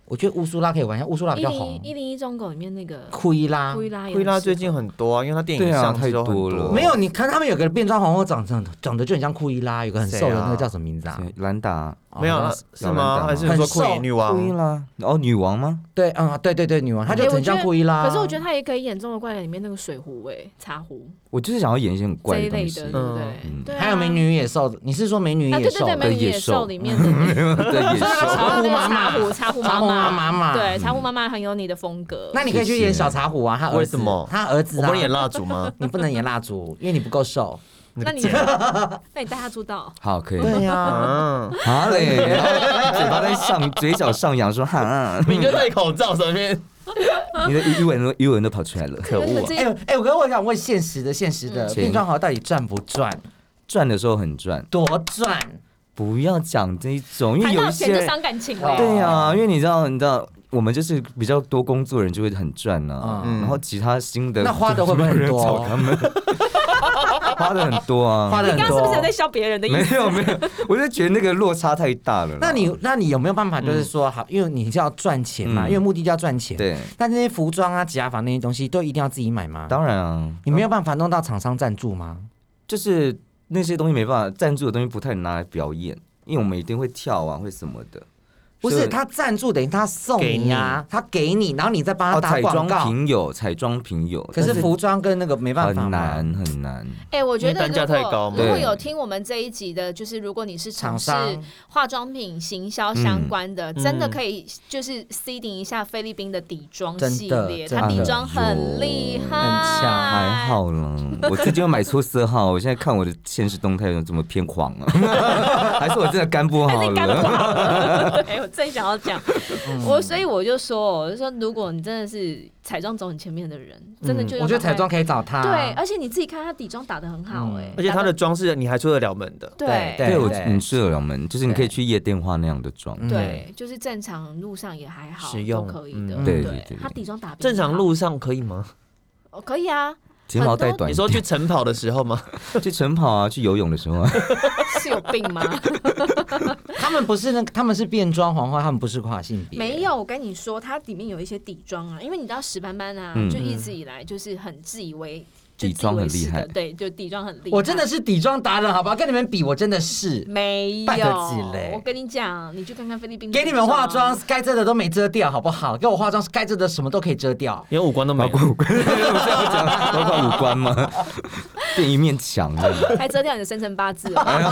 D: 我觉得乌苏拉可以玩一下，乌苏拉比
C: 一
D: 较
C: 零
D: 红。啊
C: 一零一忠狗里面那个
D: 库伊拉
C: 库伊拉也很适合，
B: 库伊拉最近很多啊，因为她电影
E: 对啊
B: 上市都很
E: 太多了
D: 没有，你看他们有个变装皇后长长长得就很像库伊拉，有个很瘦
B: 谁
D: 的
B: 啊
D: 那个叫什么名字啊？
E: 对兰达
D: 哦
B: 没有
D: 那
B: 啊
D: 是
B: 是吗？还是你说库里女
E: 对
B: 王？
E: 啦，哦，女王吗？
D: 对，嗯，对对对，女王，她就
C: 哎我
D: 很
C: 觉
D: 像
C: 得
D: 库伊拉。
C: 可是我觉得他也可以演《中国怪人》里面那个水壶哎，茶壶
E: 我就是想要演一些很
C: 这
E: 怪
C: 一
E: 的
C: 类
E: 东西
C: 的，对，
B: 嗯
C: 不对？对啊
D: 还有美女与野兽，你是说美女与
C: 啊，
D: 野
C: 对对
D: 兽
C: 对，美
D: 的？
C: 女野兽里面的那个
E: 对，野兽。
D: 茶壶妈
C: 茶
D: 妈
C: 壶茶壶
D: 茶壶妈
C: 妈
D: 妈嘛
C: 对，茶壶妈妈很有你的风格。
D: 那你可以去演小茶壶啊，他儿
B: 为
D: 子
B: 什么
D: 他儿子
B: 我
D: 啊
B: 不是，演蜡烛 吗？
D: 你不能演蜡烛，因为你不够 瘦。
C: 那你 那你带他出道，
E: 好，可以。
D: 对呀，
B: 嗯，
E: 啊嘞，然后嘴巴在上，嘴角上扬，说哈，
B: 明哥戴口罩上面，
E: 你的语文都语文都跑出来了。
B: 可恶啊！
D: 哎呦哎，我跟我想问现实的，现实的
E: 嗯
D: 变装皇后到底赚不赚？
E: 赚的时候很赚，
D: 多赚？
E: 不要讲这一种，因为
C: 谈
E: 有
C: 到
E: 一
C: 钱就
E: 些
C: 伤感情
D: 哦
C: 了。
E: 对呀、因为你知道，你知道，我们就是比较多工作人就会很赚呐、
B: 嗯
E: 然后其他新的
D: 那花的会不会很 多？
E: 花的很多啊，
D: 花的
C: 你
D: 很
C: 刚刚是不是有
D: 多
C: 在。笑别人的意
E: 没
C: 思？
E: 有没有，我就觉得那个落差太大了啦。
D: 那你那你有没有办法，就是说好，因为你是要赚钱嘛，
E: 嗯
D: 因为目的就要赚钱。。
E: 对，
D: 但那些服装啊、假发那些东西都一定要自己买吗？
E: 当然啊，
D: 你没有办法弄到厂商赞助吗？
E: 就是那些东西没办法，赞助的东西不太拿来表演，因为我们一定会跳啊，会什么的。
D: 不是，
E: 所以
D: 他赞助等于他送你啊，他给你，然后你再帮他
E: 哦，
D: 打
E: 彩
D: 广
E: 妆
D: 告。
E: 品有，彩妆品有，
D: 可是
E: 但
D: 服装跟那个没办法嘛。
E: 很难很难。
C: 哎，我觉得
B: 因为单价
C: 如果
B: 太高嘛
C: 如果
E: 对
C: 有听我们这一集的，就是如果你是从
D: 厂
C: 事
D: 商
C: 化妆品行销相关的，真的
B: 嗯
C: 可以就是 C 顶一下菲律宾的底妆
D: 真
C: 系
D: 的
C: 列，
D: 真
C: 它底
E: 的
C: 妆很厉害，
D: 很强
E: 还。好啦，我最近又买错色号，我现在看我的现实动态有怎么偏黄了、 还是我真的肝不
C: 还
E: 好
C: 是干不
E: 了？
C: 好了。对，我正想要讲，我所以我就说，哦我就说，如果你真的是彩妆走你前面的人，真的就要
D: 我觉得
C: 赶快
D: 彩妆可以找他。啊
C: 对，而且你自己看他底妆打的很好哎，
B: 而且她
C: 打
B: 的
C: 得
B: 装饰你还出得了门的，
C: 对啊
D: 对
E: 对，我
D: 对
E: 你去了门，就是你可以去夜店化那样的妆。
D: 嗯
C: 对，就是正常路上也还好，
B: 实用
C: 都可以的。
B: 嗯
E: 对对
C: 对
E: 对，
C: 他底妆打得比较
B: 正常路上可以吗？
C: 好哦可以啊，
E: 睫毛带短
B: 嗯你
E: 一
B: 说
E: 点，
B: 去晨跑的时候 吗？
E: 去晨跑啊，去游泳的时候啊，
C: 是有病吗？
D: 他们不是那个，他们是变装皇后，他们不是跨性别。
C: 没有，我跟你说，它里面有一些底妆啊，因为你知道石斑斑啊，
E: 嗯
C: 就一直以来就是很自以为。就
E: 底妆很
C: 自以为是
E: 厉害
C: 的对，就底妆很厉害。
D: 我真的是底妆达人，好不好？跟你们比，我真的是
C: 嗯没
D: 半个
C: 有
D: 字嘞，
C: 我跟你讲，你去看看菲律宾的
D: 给
C: 地方。
D: 你们化妆，该遮的都没遮掉，好不好？给我化妆，该遮的什么都可以遮掉。
B: 连五官都没有
E: 包括五官，我是要讲包括五官吗？变一面墙啊，
C: 还遮掉你的生辰八字 哦。
E: 哎呀，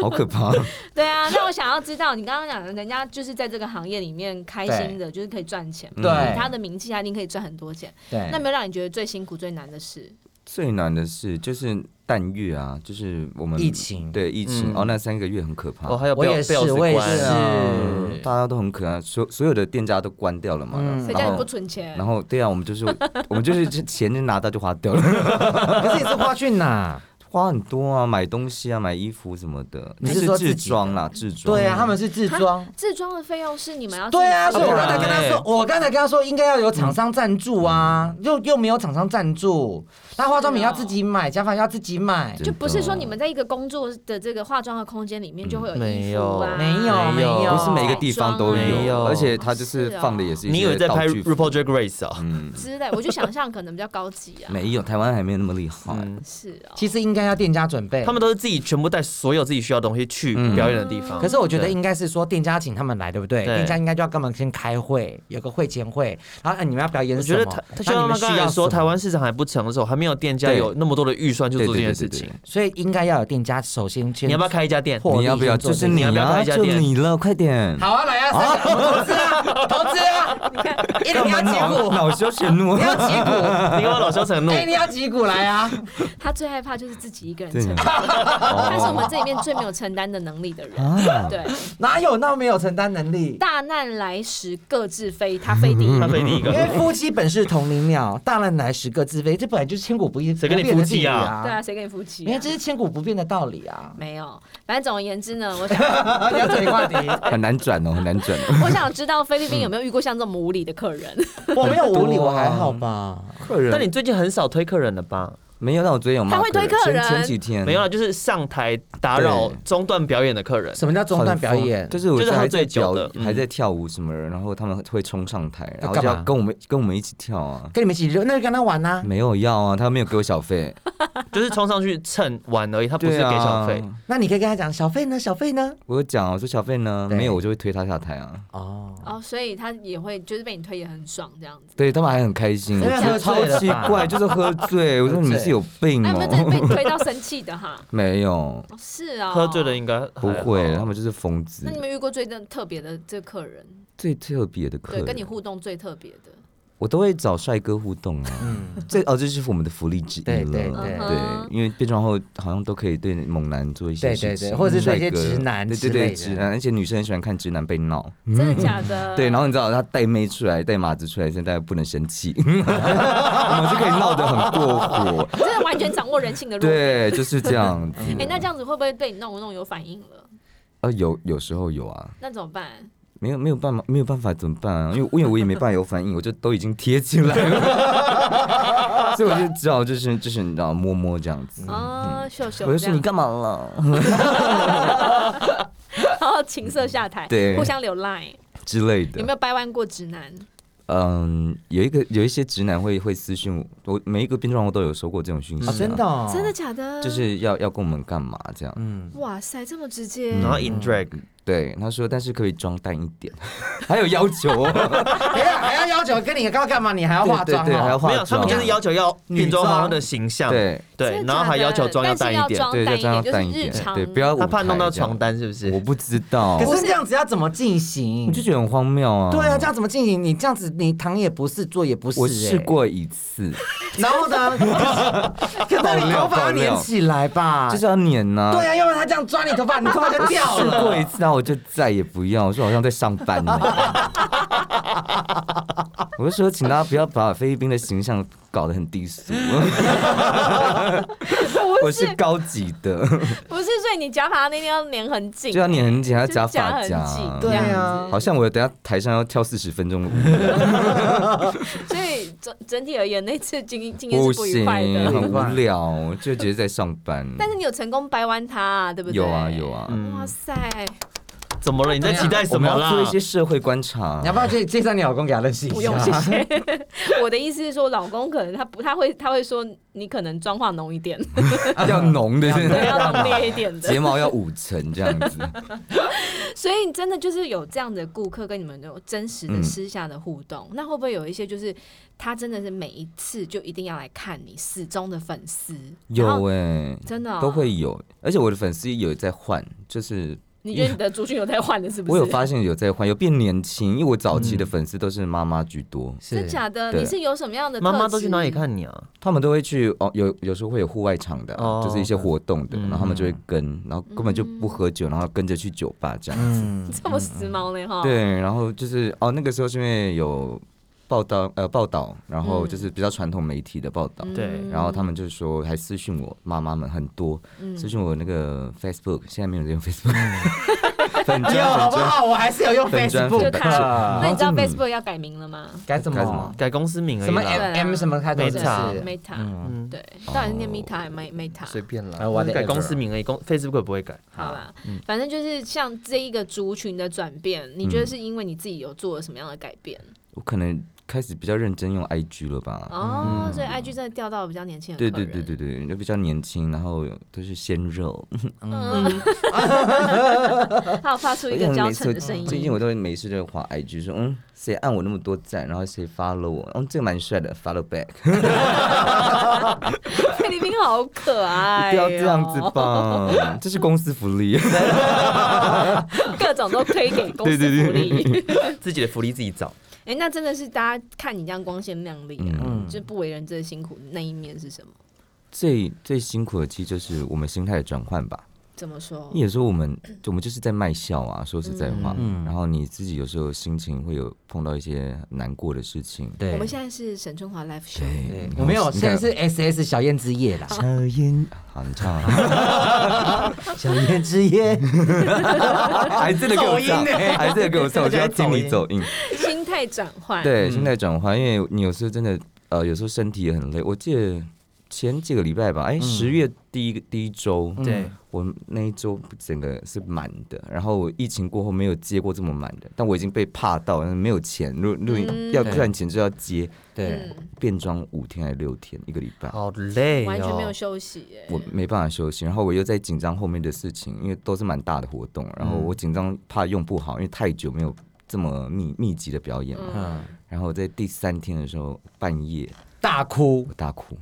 E: 好可怕！
C: 对啊，那我想要知道，你刚刚讲的，人家就是在这个行业里面开心的，就是可以赚钱嘛。
E: 嗯
D: 对
C: 以他的名气，他一定可以赚很多钱。
D: 对
C: 那，没有让你觉得最辛苦、最难的事？
E: 最难的是就是淡月啊，就是我们
D: 疫情
E: 对疫情、
B: 嗯
E: 哦，那三个月很可怕。
B: 哦，还有
D: 我
B: 贝
D: 也
B: 尔
D: 是
B: 贝尔斯
D: 我也
B: 关
D: 是
E: 嗯大家都很可爱，所所有的店家都关掉了嘛，
D: 嗯
C: 谁
E: 然
C: 叫你不
E: 后
C: 存钱
E: 然？后对啊，我们就是我们就是钱就拿到就花掉了，
D: 可是你是花去哪？
E: 花很多啊，买东西啊，买衣服什么的。
D: 你
E: 就是是
D: 说自
E: 自
D: 己
E: 装啦，自装？
D: 对啊，他们是自装。
C: 自装的费用是你们要
D: 对啊，
C: 自
D: 所以
C: 己
D: 我
E: 不
D: 刚
E: 然
D: 才跟他说
E: 欸，
D: 我刚才跟他说应该要有厂商赞助啊，又又没有厂商赞助，他化妆品要自己买，假发要自己买，
E: 真
C: 就
E: 的
C: 不是说你们在一个工作的这个化妆的空间里面就会有衣服啊，
B: 嗯
D: 没有
B: 没有
D: 有，
E: 不是每个地方都
B: 没
E: 有，
B: 有
E: 而且它就是
C: 是哦
E: 放的也是一
B: 啊你以为
E: 些
B: 在
E: 道
B: 拍
E: 具服。
B: RuPaul Drag Race 啊？
E: 嗯，
C: 之类，我就想象可能比较高级啊，
E: 没有，台湾还没有那么厉害。
B: 嗯，
C: 是啊，
D: 其实应该要店家准备
B: 他。们都是自己全部带所有自己需要的东西去
E: 嗯
B: 表演的地方。
D: 可是我觉得
B: 嗯对
D: 应该是说店家请他们来，对不对？
B: 对
D: 店家应该就要跟他们先开会，有个会前会，然后、啊、你们要表演
B: 我
D: 什
B: 觉
D: 么？
B: 得他，他就
D: 那
B: 像
D: 你们
B: 他
D: 需
B: 刚才
D: 要
B: 说，
D: 什么
B: 台湾市场还不成熟，还没有店家
E: 对
B: 有那么多的预算去
E: 对
B: 做
E: 对
B: 这件事
E: 对对对
B: 情。，
D: 所以应该要有店家首先先
B: 你要不要开一家店？
D: 破
E: 你要不要？
D: 先做
E: 就是
D: 这个
E: 你
B: 你要不要开
E: 啊，
B: 一家
E: 就
B: 店
E: 你了，快点！
D: 好啊，来啊，三个我们投资啊，投资啊，
C: 你看
D: 一定
E: 干嘛
D: 要击
E: 恼
D: 鼓，
E: 恼羞成怒
D: 你？要击鼓，
E: 啊
B: 你给我老羞 成怒。
D: 哎，你要击鼓来啊！
C: 他最害怕就是自己一个人
E: 对
C: 承
E: 啊
C: 担， 他是我们这里面最没有承担的能力的人。
E: 啊，
C: 对，
D: 哪有那没有承担 能力？
C: 大难来时各自飞，他飞第一
E: 嗯
B: 他。飞第一
D: 因
B: 个
D: 为，夫妻本是同林鸟，大难来时各自飞，这本来就是千古不易不
B: 谁跟你
D: 变的
B: 夫
D: 定
B: 妻
D: 理
B: 啊
D: 啊！
C: 对啊，，谁跟你夫妻
D: 因
C: 啊。
D: 为？这是千古不变的道理啊
C: 没有，反正总而言之呢，我想
D: 你要转移话题，
E: 很难转哦，很难转哦。
C: 我想知道菲律宾有没有遇过像这么无理的客人？
D: 我没有无理，
E: 很多啊
D: 我还好吧。
E: 客人，
B: 但你最近很少推客人了吧？
E: 没有，但我昨天有骂
C: 他会推
E: 客
C: 客
E: 前
C: 人
E: 前几天
B: 没有，啊，就是上台打扰
E: 嗯对
B: 中断表演的客人。
D: 什么叫中断
E: 很
D: 表
E: 疯
D: 演？
E: 就是我
B: 就是他
E: 还
B: 最
E: 在
B: 久
E: 表
B: 的嗯
E: 还在跳舞什么的，然后他们会冲上台，然后
D: 干
E: 就
D: 嘛
E: 要跟我们跟我们一起跳啊。
D: 跟你们一起热，那就跟他玩呐、
E: 没有要啊，他没有给我小费，
B: 就是冲上去蹭玩而已，他不
E: 对
B: 是给小费。
E: 啊、
D: 那你可以跟他讲小费呢，小费呢？
E: 我有讲，我说小费呢，
D: 对
E: 没有我就会推他下台啊。
D: 哦，
C: 哦，所以他也会就是被你推也很爽这样子。
E: 对他们还很开心，
D: 因为喝醉
E: 我超
D: 了吧
E: 奇怪，就是喝醉。我说你们是有病
C: 哎，有没有真的
E: 哦、
C: 被 推到生气的哈？
E: 没有，
C: 哦是啊，
B: 喝醉的。应该
E: 不
B: 还好
E: 会，啊他们就是疯子
C: 那你。们遇过最特别的这客人？
E: 最特别的客
C: 对，
E: 人，
C: 跟你互动最特别的。
E: 我都会找帅哥互动啊。这哦，这是我们的福利之
D: 嗯
E: 一
D: 对
E: 了。
D: 对
C: 对
E: 对因为变装后好像都可以对猛男做一些
D: 对
E: 事情，
D: 对对或者是对一些
E: 帅哥
D: 直男
E: 对
D: 之
E: 对
D: 类
E: 对，
D: 的嗯
E: 直男，而且女生很喜欢看直男被闹。
C: 真的假的？
E: 嗯对，然后你知道他带妹出来，带马子出来，现在大家不能 生气，我们就可以闹得很过火。
C: 真的完全掌握人性的弱点。
E: 对，就是这样 子。
C: 哎、那这样子会不会对你弄一弄有反应了？
E: 啊，有有时候有啊，
C: 那怎么办？
E: 没有没有办法，没有办法怎么办啊？因为因为我也没办法有反应，我就都已经贴进来了， 所以我就只好就是就是你知道摸摸这样子。
C: 啊、秀秀，
E: 我就说嗯你
C: 这样
E: 干嘛了
C: 然后情色下台，
E: 对
C: 互相留 line，
E: 之类的
C: 有没。有掰弯过直男？
E: 嗯，有一个有一些直男会会私讯我，我每一个变装我都有收过这种讯息、啊
D: 哦，真的、，哦，
C: 真的，假的？
E: 就是要要跟我们干嘛这样？
D: 嗯，
C: 哇塞，这么直接，
B: 然后 in drag，
E: 嗯对，他说但是可以装淡一点， 还有要求哦，
D: 还要还要要求跟你刚刚干嘛？你 还要化妆、哦、
E: 对对对，还要化
B: 没有，
E: 妆，啊
B: 他们就是要求要变装皇后的形象，
E: 对
B: 对，然后还要求妆要淡一点，
C: 但是
E: 对，
C: 要
E: 就
C: 装淡
E: 装要
C: 一
E: 淡一
C: 点，
E: 点
C: 就是日，常。
E: 对，不要
B: 他怕
E: 舞台
B: 弄到
E: 这样
B: 床，单是不
E: 我
B: 是？
E: 不知道，
D: 可是这样子要怎么进行
E: 我？就觉得很荒谬啊。
D: 对啊，这样怎么进行？你这样子，你躺也不是，坐也不是、
E: 我
D: 欸
E: 试，过一次，
D: 然后 呢？可是你头发要粘起来吧？
E: 就是要粘呐、
D: 对啊，要不然他这样抓你头发，你头发就掉
E: 试过一
D: 了。
E: 次，然后我就再也不要，我说好像在上班呢。 我就说，请大家不要把菲律宾的形象搞得很低 俗，
C: 不
E: 我
C: 是
E: 是高级的，
C: 不是，所以你假发那天要粘很紧，
E: 就要你很紧，还要
C: 就是
E: 夹
C: 夹
E: 发
C: 很
E: 夹，
C: 紧
D: 对
C: 这
D: 啊
C: 样子
E: 好像我等下台上要跳四十分钟 的舞，
C: 所以整整体而言，那次经经验
E: 不
C: 是不愉
E: 行，
C: 快的。
E: 很无聊，我就觉得在上班。
C: 但是你有成功掰弯他、啊，对不对？
E: 有啊有。啊，
C: 哇
B: 嗯，
C: 塞，
B: 怎么了？你在期待
E: 我
B: 什
E: 们
B: 么
E: 要
B: 啦
E: 做一？些社会观 察
D: 你要。不要去介绍你老公给他认识一下？
C: 不 用谢谢。 我的意思是说，老公可能他不他会他会说你可能妆化浓一 点，
E: 要浓 的，
C: 对，要 浓烈一点的
E: 睫。毛要五层这样子。
C: 所以真的就是有这样的顾客跟你们有真实的私下的互动，那会不会有一些就是他真的是每一次就一定要来看你死忠的粉丝？然后
E: 有哎、
C: 真的哦
E: 都。会有，而且我的粉丝有在换，就是
C: 你觉得你的族群有在换的是不是？
E: 我有发现有在换，有变年轻，因为我早期的粉丝都是妈妈居多，
C: 真的假的？
E: 对
C: 你是有什么样的特
B: 妈
C: 质？
B: 妈都去哪里看你啊？
E: 他们都会去哦，有有时候会有户外场的啊、
B: 哦
E: 就是一些活动的，
B: 嗯
E: 然后他们就会跟，然后根本就不喝酒，然后跟着去酒吧这样子。
D: 嗯，
C: 这么时髦呢？哈，
E: 对，然后就是哦，那个时候是因为有报道呃报道，然后就是比较传统媒体的报道。
B: 对
E: 然后他们就说，还私讯我妈妈们很多，私讯我那个 Facebook，现在没有人用 Facebook，粉
D: 没有哎好不
E: 砖粉砖，
D: 好？我还是有用
E: 粉砖粉
D: Facebook
E: 砖
D: 的。
C: 那你知道
E: 嗯
C: Facebook 要改名了吗
D: 该怎
E: 该怎么
D: 么？
B: 改公司名而已
D: 什么
B: 啦。
D: M
C: 对啊
D: M 什么开头的
B: Meta
D: 字？
C: ？Meta，
B: 嗯，
C: 对，到底是念 Meta 还是 Meta？
F: 随便啦
D: 哎，我的
B: 改公司名而已，公 Facebook 也不会改。
C: 好啦，反正就是像这一个族群的转变，你觉得是因为你自己有做了什么样的改变？
E: 我可能开始比较认真用 IG 了吧。
C: 哦，所以 IG 真的调到比较年轻的
E: 对
C: 客
E: 对
C: 人。
E: 对对对，就比较年轻，然后都是鲜肉，
C: 嗯他嗯有发出一
E: 因为
C: 个
E: 我
C: 娇
E: 每次
C: 嗔的声音。
E: 嗯最近我都会没事就会划 IG 说，嗯，谁按我那么多赞，然后谁 follow 我，嗯，这个蛮帅的，follow back，
C: 菲律宾好可爱、哦
E: 不要这样子，吧，这是公司福利。
C: 各种都推给公司福利。
B: 自己的福利自己找。
C: 哎、那真的是大家看你这样光鲜亮丽、啊，
E: 嗯
C: 就不为人知的辛苦那一面是什么？
E: 最最辛苦的其实就是我们心态的转换吧。
C: 怎么说？
E: 有时候我们我们就是在卖笑啊，说实在话，
D: 嗯
E: 然后你自己有时候心情会有碰到一些难过的事情。
D: 对
C: 我们现在是沈春华 live show，
D: 对
E: 对，
D: 我没有，现在
E: 在
D: 是 S S 小燕之夜啦，
C: 哦
E: 小烟，好，你唱啊，
D: 小燕之夜，
E: 还真的给我唱，还真的给我 唱，我就要听你走音。 嗯
C: 心态转换。，
E: 对，现在转换，因为你有时候真的，呃，有时候身体也很累。我记得前几个礼拜吧，哎，十月第一个第一周，
B: 对，
E: 我那一周整个是满的，然后我疫情过后没有接过这么满的，但我已经被怕到，没有钱，如如果
C: 嗯
E: 要赚钱就要接，
D: 对，
C: 嗯，
E: 变装五天还是六天，一个礼拜，
F: 好累哦，
C: 完全没有休息、耶。
E: 我没办法休息，然后我又在紧张后面的事情，因为都是蛮大的活动，
D: 嗯
E: 然后我紧张怕用不好，因为太久没有这么密密集的表演嘛，
D: 嗯，
E: 然后在第三天的时候半夜
D: 大哭。
E: 我大哭，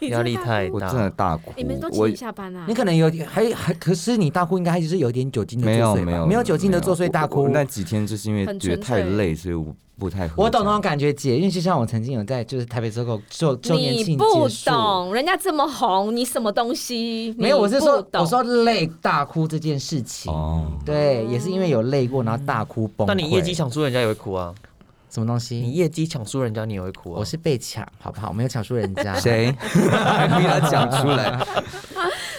C: 你真
B: 压
C: 的
B: 力
C: 大
B: 太
E: 我真
B: 大
E: 的。大哭，
C: 你们都几
E: 我
C: 点下班啊
D: 你？可能有还还，可是你大哭应该还是有点酒精的
E: 没有
D: 作祟
E: 没
D: 吧？
E: 有
D: 没有酒精的作祟
E: 没有
D: 大
E: 我
D: 哭
E: 我。那几天就是因为
C: 很
E: 觉得
C: 纯
E: 太
C: 粹
E: 累，所以我不太喝
D: 我懂
E: 这
D: 那
E: 样
D: 种感觉，姐，因为就像我曾经有在就是台北周狗周周年
C: 你
D: 庆
C: 不
D: 结束，
C: 懂，人家这么红，你什么东西？
D: 没有，我是
C: 你
D: 说
C: 不懂
D: 我说累大哭这件事情，
E: 哦，
D: 对，也是因为有累过，然后大哭崩溃。
B: 但你业绩抢输人家也会哭啊，
D: 什么东
B: 你
D: 西？
B: 业绩抢输人家你也会哭啊。
D: 我是被抢，好不好？我没有抢输人 家。？
E: 谁还逼他讲出来？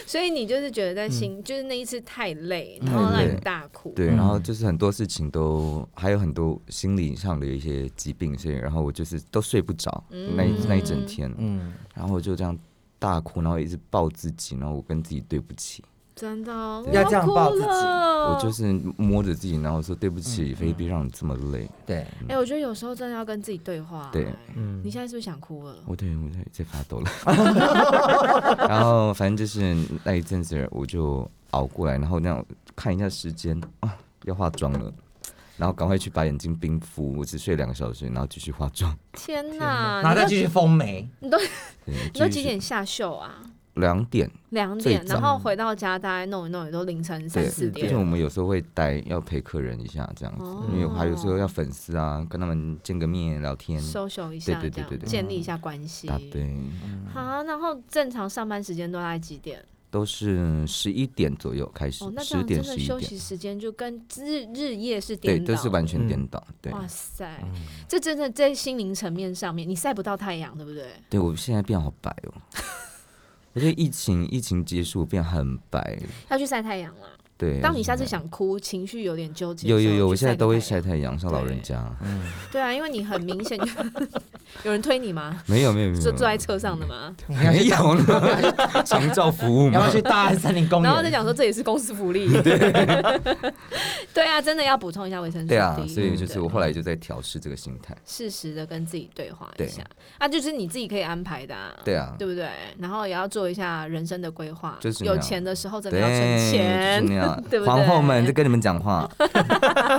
C: 所以你就是觉得在心，就是那一次太累，然后让你大哭。
E: 嗯对，然
D: 嗯
E: 后就是很多事情都还有很多心理上的一些疾病，所以然后我就是都睡不着那一那一整天，
D: 嗯，
E: 然后我就这样大哭，然后一直抱自己，然后我跟自己对不起，
C: 真的哦，。
D: 要这样抱自己
E: 我就是是摸着自己，然后说对不起，
C: 嗯
E: 菲比让你这么累。
D: 对，
C: 哎、我觉得有时候真的要跟自己对话。
E: 对，
C: 嗯，你现在是不是想哭了？
E: 我对我在在发抖了， 然后反正就是那一阵子我就熬过来，然后那样看一下时间啊，要化妆了，然后赶快去把眼睛冰敷，我只睡两个小时，然后继续化妆。
C: 天哪！
D: 然后
C: 啊你
D: 再
C: 都
D: 继续封 眉。
C: 你都
E: 对，
C: 你都
E: 继
C: 几
E: 续
C: 点下秀啊？
E: 两点，
C: 两
E: 最
C: 点，
E: 早
C: 然后回到家大概弄一弄也都凌晨三
E: 对，
C: 四
E: 而
C: 点哦
E: 且我。们有时候会待，要陪客人一下这样子，因为我还有时候要粉丝啊，跟他们见个面聊天，
C: social 一下，
E: 对对对
C: 这样
E: 对对对
C: 建立一下关系。
E: 答对，
C: 好，然后正常上班时间都大概几点？
E: 都是十一点左右开始
C: 哦，，那这
E: 十
C: 样
E: 点
C: 真的
E: 十一
C: 休
E: 点，
C: 息时间就跟日日夜是
E: 对，
C: 颠倒
E: 都
C: 的，
E: 是完全颠倒，对。嗯
C: 哇塞，这真的在心灵层面上面，你晒不到太阳，对不对？
E: 对我现在变好白 哦。我觉得疫情疫情结束变很白，
C: 要去晒太阳了。
E: 对。
C: 当你下次想哭，情绪有点纠结的时
E: 有
C: 候，
E: 有有，
C: 去
E: 我现在
C: 个
E: 都会
C: 太
E: 晒
C: 阳。
E: 太阳，像老人家。
C: 对啊，因为你很明显就， 有人推你吗？
E: 没有没有没有，
C: 坐坐 在车上的吗？
E: 没有 了，长照服务
D: 要不
E: 嘛
D: 要。去大安森林公
E: 嗯
C: 然后再
D: 园？
C: 讲说这也是公司福 利。 对啊，真的要补充一下维生素 D。
E: 对啊，所以就是
C: 对
E: 我后来就在调试这个心态。
C: 适时的跟自己对话一
E: 对
C: 下，啊，就是你自己可以安排的、啊。
E: 对啊，
C: 对不对？然后也要做一下人生的规划，
E: 就是那
C: 有
E: 样
C: 钱的时候真的
E: 对，
C: 要存钱，
E: 就是那样
C: 对不对？
E: 皇后们在跟你们讲 话。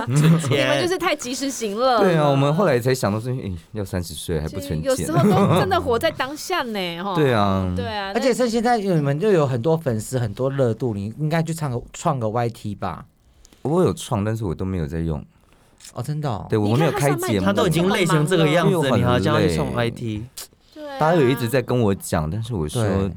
C: 你
B: 哎
C: 们就是太及时行乐了。
E: 对啊，我们后来才想到说，哎，要三十岁还不
C: 就是
E: 存
C: 嗯有
E: 钱
C: 时。候都真的活在当下呢，哈。
E: 对，啊，
C: 哦对啊，
D: 而且是现在你们就有很多粉丝，很多热度，你应该去唱个创个 YT 吧？
E: 我有创，但是我都没有在用。
D: 哦，真的、哦。
E: 对我没有
C: 你看他
E: 开
C: 上麦
E: 节
C: 克
E: 目，
B: 他都已经累成这个样
E: 因为
B: 子，
E: 我
B: 你还要
E: 很
B: 叫他去
E: 累
B: 送 IT，
C: 对啊
E: 大家有一直在跟我讲，但是我说
D: 对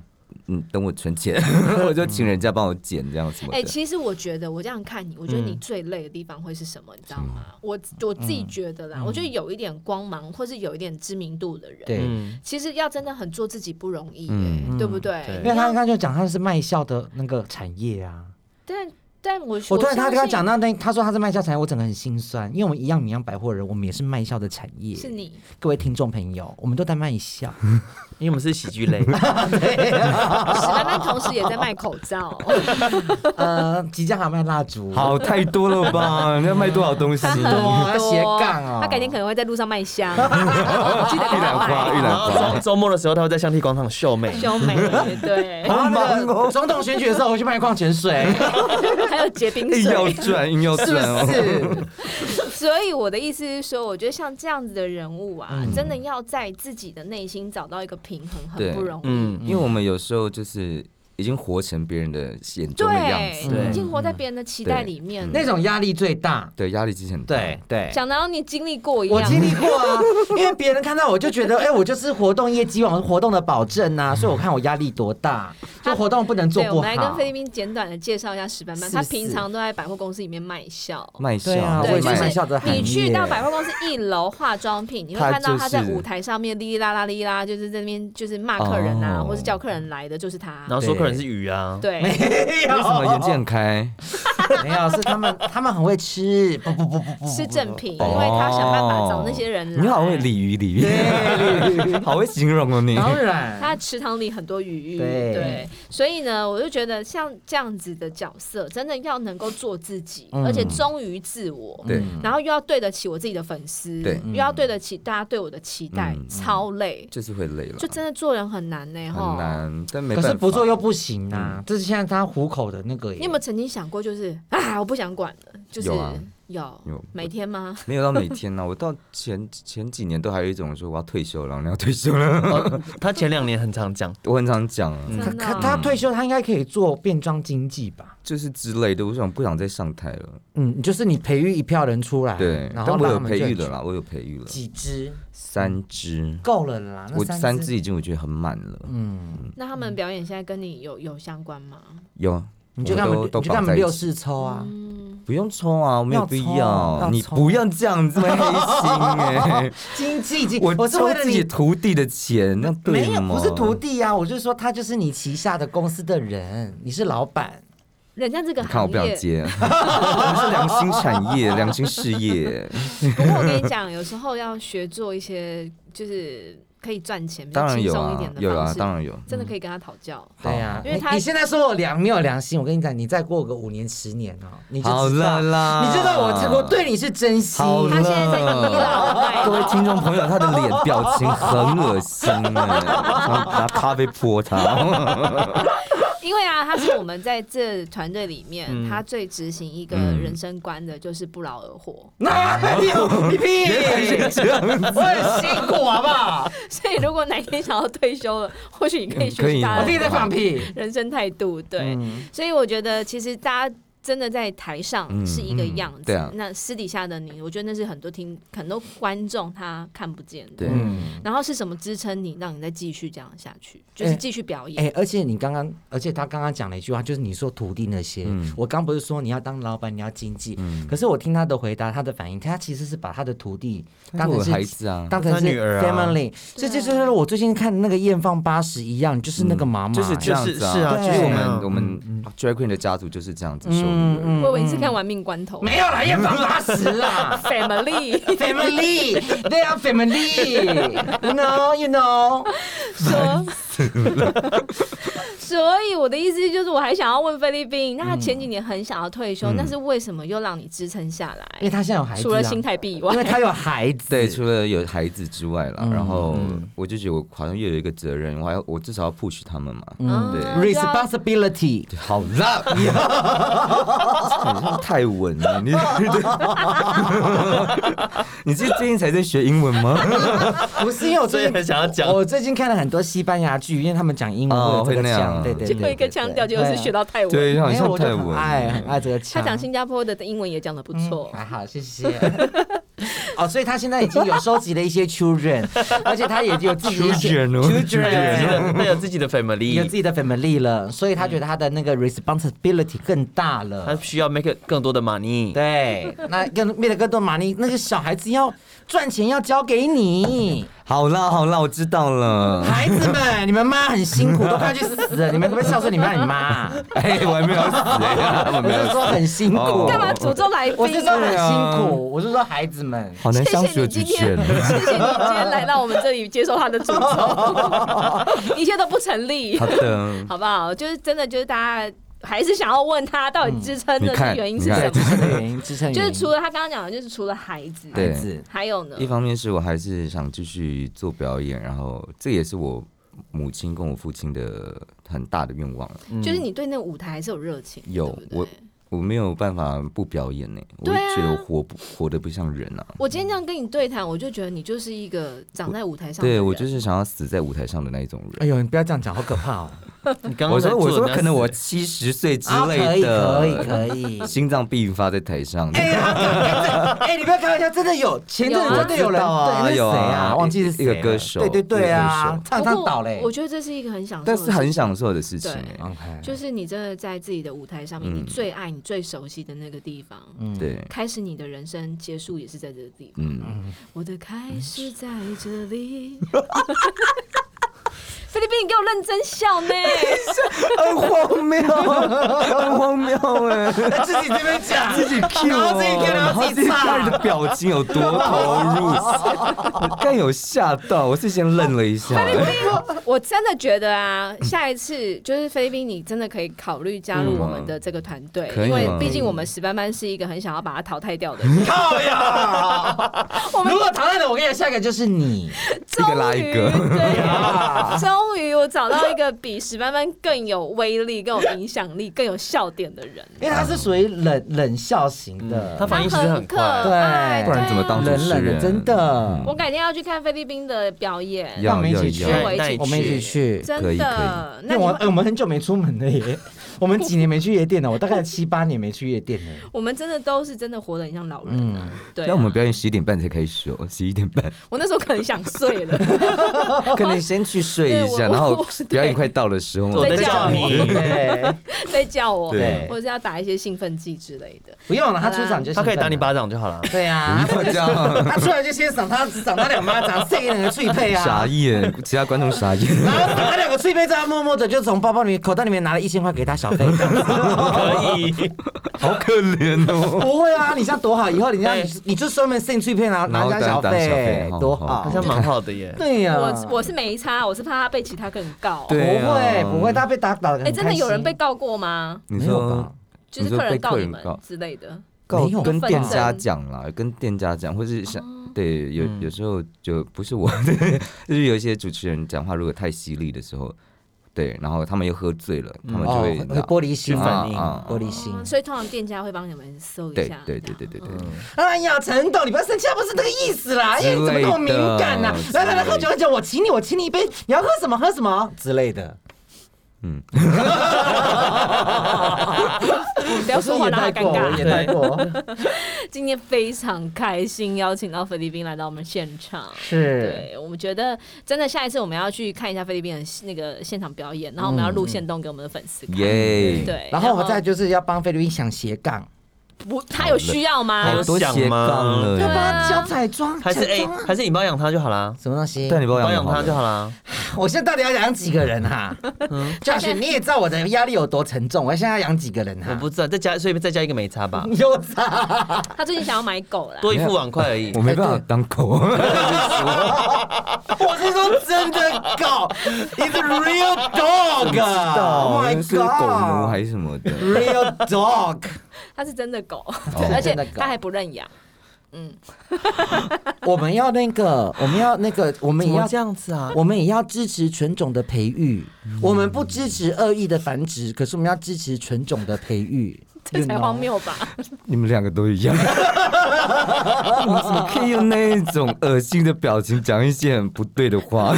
E: 嗯，等我存钱， 我就请人家帮我剪这样什么
C: 哎、
E: 的。
C: 其实我觉得我这样看你，我觉得你最累的地方会是什么？你知道吗？我我自己觉得啦，我觉得有一点光芒或是有一点知名度的人，
D: 对，
B: 嗯，
C: 其实要真的很做自己不容易、耶
E: 嗯
C: 对不对？
B: 对
D: 因
C: 你
D: 为他刚
C: 要
D: 刚就讲他是卖笑的那个产业啊。
C: 但但我
D: 我突然
C: 相
D: 他刚刚
C: 信
D: 讲到那，他说他是卖笑产业，我整个很心酸，因为我们一样米样百货人，我们也是卖笑的产业。
C: 是你，
D: 各位听众朋友，我们都在卖 笑。
B: 因为我们是喜剧类，
C: 史哦丹丹同时也在卖口罩，
D: 呃，即将还要卖蜡烛，
E: 好，太多了吧？ 你要卖多少东西？
C: 很
E: 玉
D: 多
C: 多
D: 他斜杠哦
C: 他改天可能会在路上卖香， 记得赶
E: 兰
C: 快
E: 花，玉
C: 买
E: 兰
B: 然后周
E: 花，
B: 周末的时候他会在象体广场秀妹，
C: 修眉，对，
D: 然后那
E: 哦
C: 哦
D: 个总统选举的时候，我去卖矿泉 水，
C: 还有结冰
E: 硬 要
C: 水。
E: 赚，硬要
D: 是不
E: 赚哦。
D: 是？
C: 所以我的意思是说，我觉得像这样子的人物啊，真的要在自己的内心找到一个平衡，很
E: 对
C: 不容易。
B: 嗯，
E: 因为我们有时候就是已经活成别人的眼中的样
C: 对，
E: 子，
B: 对
C: 你已经活在别人的期待里面了。
D: 那种压力最大。
E: 对，压力其实很大。
D: 对对，
C: 想到你经历过一
D: 我
C: 样，
D: 经历过啊，因为别人看到我就觉得，哎、我就是活动业绩网活动的保证呐、所以我看我压力多大，就活动不能做
C: 对，我
D: 不
C: 们来跟
D: 好
C: 菲。律宾简短的介绍一下石斑斑，
D: 是
C: 他平常都在百货公司里面卖笑。
E: 卖笑
D: 对啊，
C: 对
D: 我也是
C: 就是
D: 卖笑的行业。
C: 你去到百货公司一楼化妆品，你会
E: 他
C: 看到他在
E: 就是
C: 舞台上面哩哩啦啦哩啦，就是在那边就是骂客人啊，
E: 哦
C: 或是叫客人来的就是他
B: 然。后说客人是鱼啊，
C: 对，
E: 为什么眼界很开？
D: 没有，是他们，他们很会吃，不不不不不，
C: 是正品，因
E: 哦
C: 为他想办法找那些人来。
E: 你好会鲤鱼，鲤 鱼，好会形容哦 你。
D: 当然，
C: 他池塘里很多鱼，
D: 对
C: 所以呢，我就觉得像这样子的角色，真的要能够做自己，
D: 嗯
C: 而且忠于自我，
E: 对
C: 然后又要对得起我自己的粉丝，
E: 嗯对
C: 又要对得起大家对我的期待，
E: 嗯
C: 超累，
E: 就是会累了，
C: 就真的做人很难呢、
E: 很
C: 哈。
E: 难，但没
D: 可
E: 办法。嗯
D: 是不做又不行啊，这是现在他虎口的那个耶。
C: 你有没有曾经想过，就是啊，我不想管了，就是
E: 有啊
C: 有
E: 有
C: 每天吗？
E: 没有到每 天呢、我到前前几年都还有一种说我要退休了，你要退 休了，
B: 哦他前两年很常讲，
E: 我很常讲啊，
C: 真的
D: 他
C: 哦、
D: 他退休，他应该可以做变装经济吧？
E: 就是之类的。我想不想再上台了？
D: 嗯，就是你培育一票人出来，
E: 对，
D: 然
E: 但
D: 后
E: 我
D: 让
E: 有
D: 他们
E: 培
D: 就
E: 育的啦，我有培育了
D: 几只
E: 三只，
D: 够了啦，那
E: 我三
D: 只
E: 只已经我觉得很满了。
D: 嗯，
C: 那他们表演现在跟你有有相关吗？
E: 有，
D: 你就
E: 我
D: 跟他们，
E: 都
D: 你
E: 都
D: 就跟他
E: 绑
D: 们
E: 在一
D: 六
E: 起，
D: 四抽啊，
C: 嗯
E: 不用冲啊，我没有
D: 要
E: 必
D: 抽要
E: 要，你
D: 抽
E: 不要这样子黑 心哎，
D: 经济经，
E: 我
D: 是
E: 抽
D: 为了
E: 自己
D: 你。
E: 徒弟的钱，那对
D: 没有，
E: 吗？
D: 不是徒弟啊，我就说他就是你旗下的公司的人，你是老板，
C: 人家这个
E: 你看我
C: 行
E: 不要
C: 业，
E: 接， 我们是良心产业、良心事业，
C: 不过我跟你讲，有时候要学做一些就是可以赚钱、比较
E: 当然
C: 轻
E: 有
C: 松一点
E: 啊，
C: 的
E: 有
C: 方
E: 啊，
C: 式，
E: 当然有。
C: 真的可以跟他讨教。
E: 好
D: 对啊，
C: 因为
D: 你
C: 他
D: 你现在说我良没有良心，我跟你讲，你再过个五年十年哦，你就
E: 好
D: 知道
E: 了啦
D: 你知道我这我对你是真心，
E: 好
C: 他
E: 了
C: 现在在一老卖
E: 各位听众朋友，他的脸表情很恶心 哎，他拿咖啡泼他。
C: 因为啊，他是我们在这团队里面，
B: 嗯
C: 他最执行一个
E: 嗯
C: 人生观的，就是不劳而获。
D: 那没有你屁，我很辛苦好不 好？
C: 所以如果哪天想要退休了，或许你可以
E: 嗯
C: 学
E: 可
C: 习
E: 以
C: 他
D: 我
E: 吗
D: 自己
C: 的
D: 在放屁。
C: 人生态度。对，
D: 嗯
C: 所以我觉得其实大家。真的在台上
E: 嗯
C: 是一个样子，
E: 对啊
C: 那私底下的你，我觉得那是很多听很多观众他看不见的。
E: 对
D: 嗯，
C: 然后是什么支撑你，让你再继续这样下去，就是继续表演？
D: 哎、而且你刚刚，而且他刚刚讲了一句话，就是你说徒弟那些，
E: 嗯
D: 我刚不是说你要当老板，你要经济，
E: 嗯
D: 可是我听他的回答，他的反应，他其实是把他的徒弟当
E: 我
D: 成
E: 的
D: 是
E: 孩子啊，
D: 当成是
B: 他女儿啊
D: family，所以这就是我最近看那个《艳放八十》一样，就是那个妈妈、
B: 就是
E: 嗯这样子啊，嗯就是我们我们 drag queen 的家族就是这样
C: 嗯
E: 子收女
C: 我以为你是看《玩命关头》
D: 没有啦，《艳放八十》 啦
C: Family
D: ，family，they are family，you know，you know，
C: 说，所以我的意思就是，我还想要问菲律宾，那他前几年很想要退休，那是为什么又让你支撑下
D: 嗯因为
C: 来？
D: 他现在有孩子、啊，
C: 除了心态币以外
D: 因，为他有孩子，
E: 对，除了有孩子之外啦，
D: 嗯
E: 然后我就觉得我好像又有一个责任，我还要我至少要 push 他们嘛。
C: 嗯
E: 对
C: 啊
D: ，responsibility，
E: 好 啦，你太稳了，你 你是最近才在学英文 吗？
D: 不是因为我
B: 所以
D: 最
B: 很
D: 近。
B: 想要讲，
D: 我最近看了很多西班牙剧，因为他们讲英文
E: 哦
D: 会有这个
E: 会那样
D: 腔，对对
C: 就
D: 对，
C: 有一个腔调，就是学
D: 到。
C: 到泰文。
E: 对，好
D: 没有，
E: 像
D: 我就
E: 太
D: 很
E: 稳。啊
D: 爱很爱这个
C: 他
D: 腔。
E: 嗯
C: 讲新加坡的英文也讲的不错
D: 还好，谢谢。 哦，所以他现在已经有收集了一 些 children，而且他也有自己一些
E: Children 哦
D: children，
B: 他有自己的 family，
D: 有自己的 family 了，所以他觉得他的那个 responsibility 更大
B: 他
D: 了。
B: 需要 make 更多的 money。
D: 对，那更变得更多玛丽，那个小孩子要赚钱要交给你，
E: 好啦好啦，我知 道了。
D: 孩子们，你们妈很辛苦，都快去死了，你们可不可以孝顺你妈你妈？
E: 哎、我还没有死、欸，我
D: 我
E: 没有
D: 是
E: 死
D: 说很辛苦，
E: 哦
C: 干嘛诅咒来宾？
D: 我是说很
E: 对啊
D: 辛苦，我是说孩子们。
E: 好难相处的主
C: 谢谢你今
E: 持
C: 天，
E: 人。
C: 谢谢你今天来到我们这里接受他的诅 咒，一切都不成立
E: 好，的，
C: 好不好？就是真的，就是大家还是想要问他到底支撑的
E: 嗯你看
C: 原因是
E: 你看
C: 什
D: 对，支
C: 么？
D: 撑的原因，支撑原
C: 就
D: 因
C: 是除了他刚刚讲的，就是除了孩子，
D: 孩
E: 对
D: 子，
C: 还有呢
E: 一，方面是我还是想继续做表演，然后这也是我母亲跟我父亲的很大的愿望。
C: 就是你对那个舞台还是有热情，
E: 嗯有
C: 对不对
E: 我我没有办法不表演呢、我
C: 对
E: 就
C: 啊
E: 觉得我活不活得不像人啊。
C: 我今天这样跟你对谈，我就觉得你就是一个长在舞台上的人，
E: 对我就是想要死在舞台上的那一种人。
D: 哎呦，你不要这样讲，好可怕哦！
B: 你刚刚
E: 我说
B: 在
E: 我
B: 做
E: 说
B: 那
E: 可能我
B: 事
E: 七十岁之
D: 啊，可
E: 类
D: 以，
E: 的，
D: 可以，可以。
E: 心脏病发在台上。
D: 哎，你不要开玩笑，真的有，前阵
C: 有
D: 子
C: 啊
D: 真的有人，
E: 啊
D: 对，那是
E: 有
D: 谁
E: 啊
D: 啊？忘记是谁了
E: 一个歌手
D: 对对对
E: 一个
D: 啊
E: 歌，手
D: 唱
C: 不
D: 唱
C: 过
D: 倒嘞
C: 我。觉得这是一个很享受的
E: 但
C: 事情，
E: 是很享受的事情、
C: 对
E: 欸，
D: OK，
C: 就是 你真的在自己的舞台上面，你
E: 嗯
C: 最爱、你最熟悉的那个地方，
D: 嗯
E: 对，
C: 开始你的人生，结束也是在这个地方。
E: 嗯，
C: 我的开始在这 里。菲律宾，你给我认真 笑呢！
E: 很荒谬，很荒谬哎、
D: 自己这边讲，
E: 自己 Q，
D: 然后自己 cue，然后自己唱
E: 看你的表情有多投入， 刚有吓到，我是先愣了一下，
C: 我真的觉得啊，下一次就是菲律宾，你真的可以考虑加入我们的这个团队，
E: 嗯嗯可以
C: 因为
E: 吗
C: 毕竟我们史班班是一个很想要把它淘汰 掉的。
D: 靠呀！
C: 我们
D: 如果淘汰了，我跟你讲，下一个就是你。
E: 一个拉一个
C: 终于 对，终于我找到一个比史班班更有威力、更有影响力、更有笑点的人。
D: 因为他是属于冷冷笑型的，
B: 他反应其实很
C: 可
B: 快啊
C: 爱，
D: 对
E: 不然怎么当主
D: 冷
E: 持
D: 冷
E: 人？
D: 的，真的。
C: 我改天要去看菲律宾的表演，
E: 要
D: 那我们一
E: 要
D: 起去
C: 跟我
E: 要，
C: 一
B: 那
C: 起
B: 你
C: 去，
D: 我们一起去。
E: 可
C: 真
E: 以
C: 的
E: 可，
C: 那
D: 因为
C: 你
D: 我
C: 们
D: 哎我们很久没出门了耶， 我们几年没去夜店了，我大概七八年没去夜店了。
C: 我们真的都是真的活得很像老人啊。对啊，
E: 嗯那我们表演十一点半才开始哦，十一点半，
C: 我那时候可能想睡 了，
E: 可能先去睡
C: 对
E: 一
C: 我
E: 下，然后
C: 我
E: 表演快到的时候，
B: 我在
C: 在叫
B: 叫
C: 你
D: 嗯
B: 你，
D: 对，
C: 在叫我，
E: 对
C: 或者是要打一些兴奋剂之类的。
D: 不用了，他出场就
B: 他可以打你
D: 巴。
B: 巴掌就好了。
D: 对啊，
E: 不要这样，
D: 他出来就先赏他赏他两巴掌，塞两个脆配
E: 傻
D: 啊。
E: 眼，其他观众傻眼，
D: 然后赏他两个脆配之后，他默默的就从包包里面、口袋里面拿了一千块给他小费。
B: 可以，
E: 好可怜哦。
D: 不会啊，你这样多好，以后你这样
B: 对
D: 你就专门塞脆配拿拿人家小
E: 然后当小
D: 费
E: 费，好
D: 多
E: 好
D: 好
B: 好。像蛮好的耶。
D: 对呀，
C: 我我是没差，我是怕他被其他更告。
D: 不
E: 嗯对
D: 会
E: 啊
D: 不会，他被打倒的。
C: 哎，真的有人被告过吗？
E: 你
D: 没有吧
E: 说
C: 就是
E: 你说
C: 客人
E: 被
C: 告
E: 客
C: 你
E: 人
C: 们
E: 告
C: 之类的。
E: 告
D: 没有
E: 跟
C: 纷
E: 店
C: 争
E: 家讲啦，跟店家讲，或是想
C: 哦
E: 对有有时候就不是我， 就是有一些主持人讲话如果太犀利的时候，对，然后他们又喝醉了，他们就
D: 哦，
E: 会
D: 会
E: 那
D: 玻璃心
B: 去
D: 啊
B: 反应
E: 啊
D: 玻璃心
C: 哦。所以通常店家会帮你们搜一
E: 对
C: 下。
E: 对对对对对，
D: 哎呀，陈董，你不要生气，他不是那个意思啦。哎呀，你怎么那么敏感呢、啊？
E: 之类
D: 来
E: 的
D: 来来，喝酒喝酒，我请你，我请你一杯，你要喝什么喝什么之类的。
E: 嗯，
C: 不要说话让他尴
D: 我也
C: 尬。
D: 带过，
C: 今天非常开心，邀请到菲律宾来到我们现场。
D: 是
C: 对，我们觉得真的，下一次我们要去看一下菲律宾的那个现场表演，然后我们要录线动给我们的粉丝看。
E: 耶，
C: 对，
D: 然后我再就是要帮菲律宾想斜杠，
C: 不，他有需要吗？
E: 好多斜杠
C: 啊
D: 要
E: 了，
D: 帮他教彩妆，
B: 还是
D: 彩
B: 哎
D: 妆啊，
B: 还是你包养他就好啦，
D: 什么东西？
E: 但你包
B: 包
E: 养
B: 养他就
E: 了，
B: 好啦。
D: 我现在到底要养几个人哈、
B: 嗯
D: 啊？教学，你也知道我的压力有多沉重，我现在要养几个人哈、
B: 我
D: 啊？
B: 不知道，再加所以再加一个没差 吧，
D: 又差，
C: 他最近想要买狗啦。
B: 多一副碗筷而已
E: 我。没办法当狗，
D: 我是说真的狗，It's a real dog。
E: 到
D: Oh my
E: 是狗奴
D: god！
E: 还是什么的，
D: Real dog，
C: 它是真的狗，
E: 哦
C: 而且
D: 真的狗
C: 它还不认养。
D: 我们要那个，我们要那个，我们
B: 怎
D: 也
B: 么
D: 要
B: 这样子 啊？
D: 我们也要支持纯种的培育，我们不支持恶意的繁殖，可是我们要支持纯种的培育。
C: 这才荒谬 吧？
E: 你们两个都一样，你怎么可以用那一种恶心的表情讲一些很不对的话？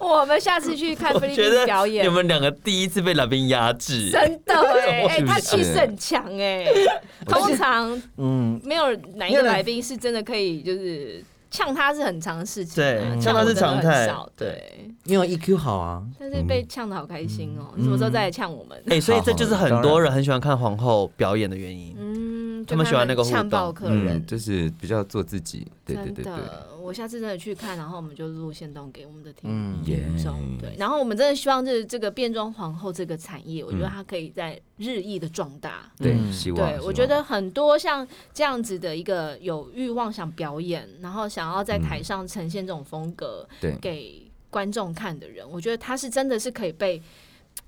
C: 我们下次去看菲律宾表演
B: 你，们两个第一次被来宾压制，
C: 真的哎、哎、
B: 是不是
C: 他气势很强哎、 通常
D: 嗯，
C: 没有哪一个来宾是真的可以就是呛他是很常的事情啊、
B: 对
C: 呛我
B: 呛他是
C: 真的
B: 常
C: 很
B: 态
C: 少对。
D: 因为 EQ 好啊，
C: 但是被呛的好开心
B: 嗯
C: 哦、你什么时候再来呛我们？
B: 哎、所以这就是很多人很喜欢看皇后表演的原因。
C: 嗯，
B: 他们喜欢那个互动
C: 呛爆客人
E: 嗯，，就是比较做自己，对对
C: 真
E: 对对，
C: 的，我下次真的去看，然后我们就录线动给我们的听
D: 嗯
C: 众。对，然后我们真的希望就是这个变装皇后这个产业，我觉得它可以在日益的壮大。
E: 对，希望。
C: 对，
E: 希
C: 我
E: 望
C: 觉得很多像这样子的一个有欲望想表演，然后想要在台上呈现这种风格
E: 嗯对
C: 给观众看的人，我觉得他是真的是可以被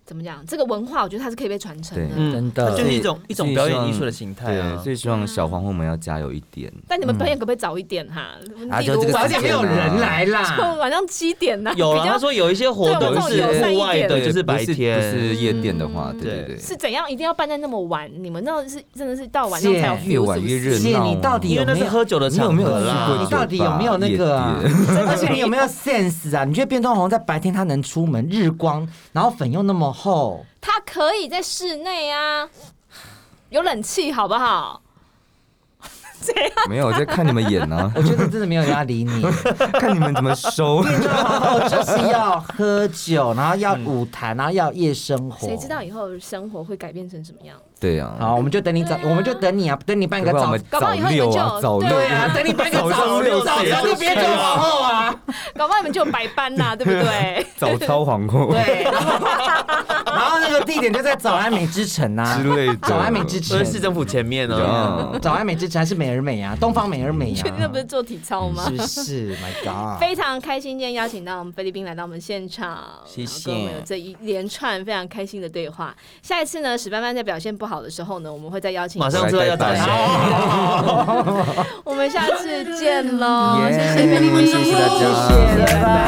C: 怎么讲？这个文化，我觉得它是可以被传承的。
E: 对
D: 真的
B: 它嗯就是一种一种表演艺术的形态
E: 对
B: 啊。
E: 所以希望小皇后们要加油一点。
C: 但你们表演可不可以早一点哈？
D: 啊，
C: 例
D: 就
C: 如
D: 这个
C: 晚
D: 时
C: 上
D: 间没有人来 啦，
C: 晚上七点呐、
B: 啊有了，啊
C: 比较
B: 他说有一些活
C: 对
B: 动
C: 我们
B: 是
C: 这种友善一
B: 户外
C: 点
B: 的，
C: 对
B: 就是白
E: 不
B: 天。
E: 是夜店的话，对
B: 对
E: 对对。
C: 是怎样一定要办在那么晚？你们那是真的是到晚上
D: 谢
C: 才有 feel，
E: 越晚
C: 是不是
E: 越热闹
D: 姐，你到底
B: 因为
D: 有
B: 那
D: 没
B: 是
D: 有
B: 喝酒的场
E: 你有没
B: 合
E: 有去
B: 啦
E: 过，
D: 你到底有没有那个啊？ 而且你有没有 sense 啊？你觉得变装皇后在白天她能出门，日光，然后粉又那么厚，
C: 他可以在室内啊，有冷气好不好？
E: 没有，我在看你们演呢、
D: 我觉得真的没有人要理你。
E: 看你们怎么收。
D: 然后就是要喝酒，然后要舞台，然后要夜生活。
C: 谁知道？以后生活会改变成什么样？
E: 对呀、啊，
D: 好，我们就等你早，我们就等你啊，等你办个
E: 要不然我
D: 早
E: 们。
C: 哎搞不
E: 早
C: 好以后你们
E: 六
C: 就
E: 啊，早六。
D: 对啊，等你办个
B: 早上六
D: 早
B: 点
D: 上就别做皇后啊。
C: 搞不好你们就有白班呐、对不对？
E: 早操皇后
D: 对，然后 然后那个地点就在早安美之城啊
E: 之，类的，
D: 早安美之嗯城
B: 所以，市政府前面呢，
E: 啊，
D: 早安美之城还是美而美啊，东方美而美啊，
C: 确定那不是做体操吗
D: 嗯是？不是？My God，
C: 非常开心，今天邀请到我们菲律宾来到我们现场，
B: 谢谢
C: 然后跟我们有这一连串非常开心的对话。下一次呢，史班班在表现不好的时候呢，我们会再邀请你
B: 马上知道要打谁。
C: 我们下次见喽！
E: 耶
C: 谢谢菲律宾，
E: 谢谢大家
C: 谢谢拜拜。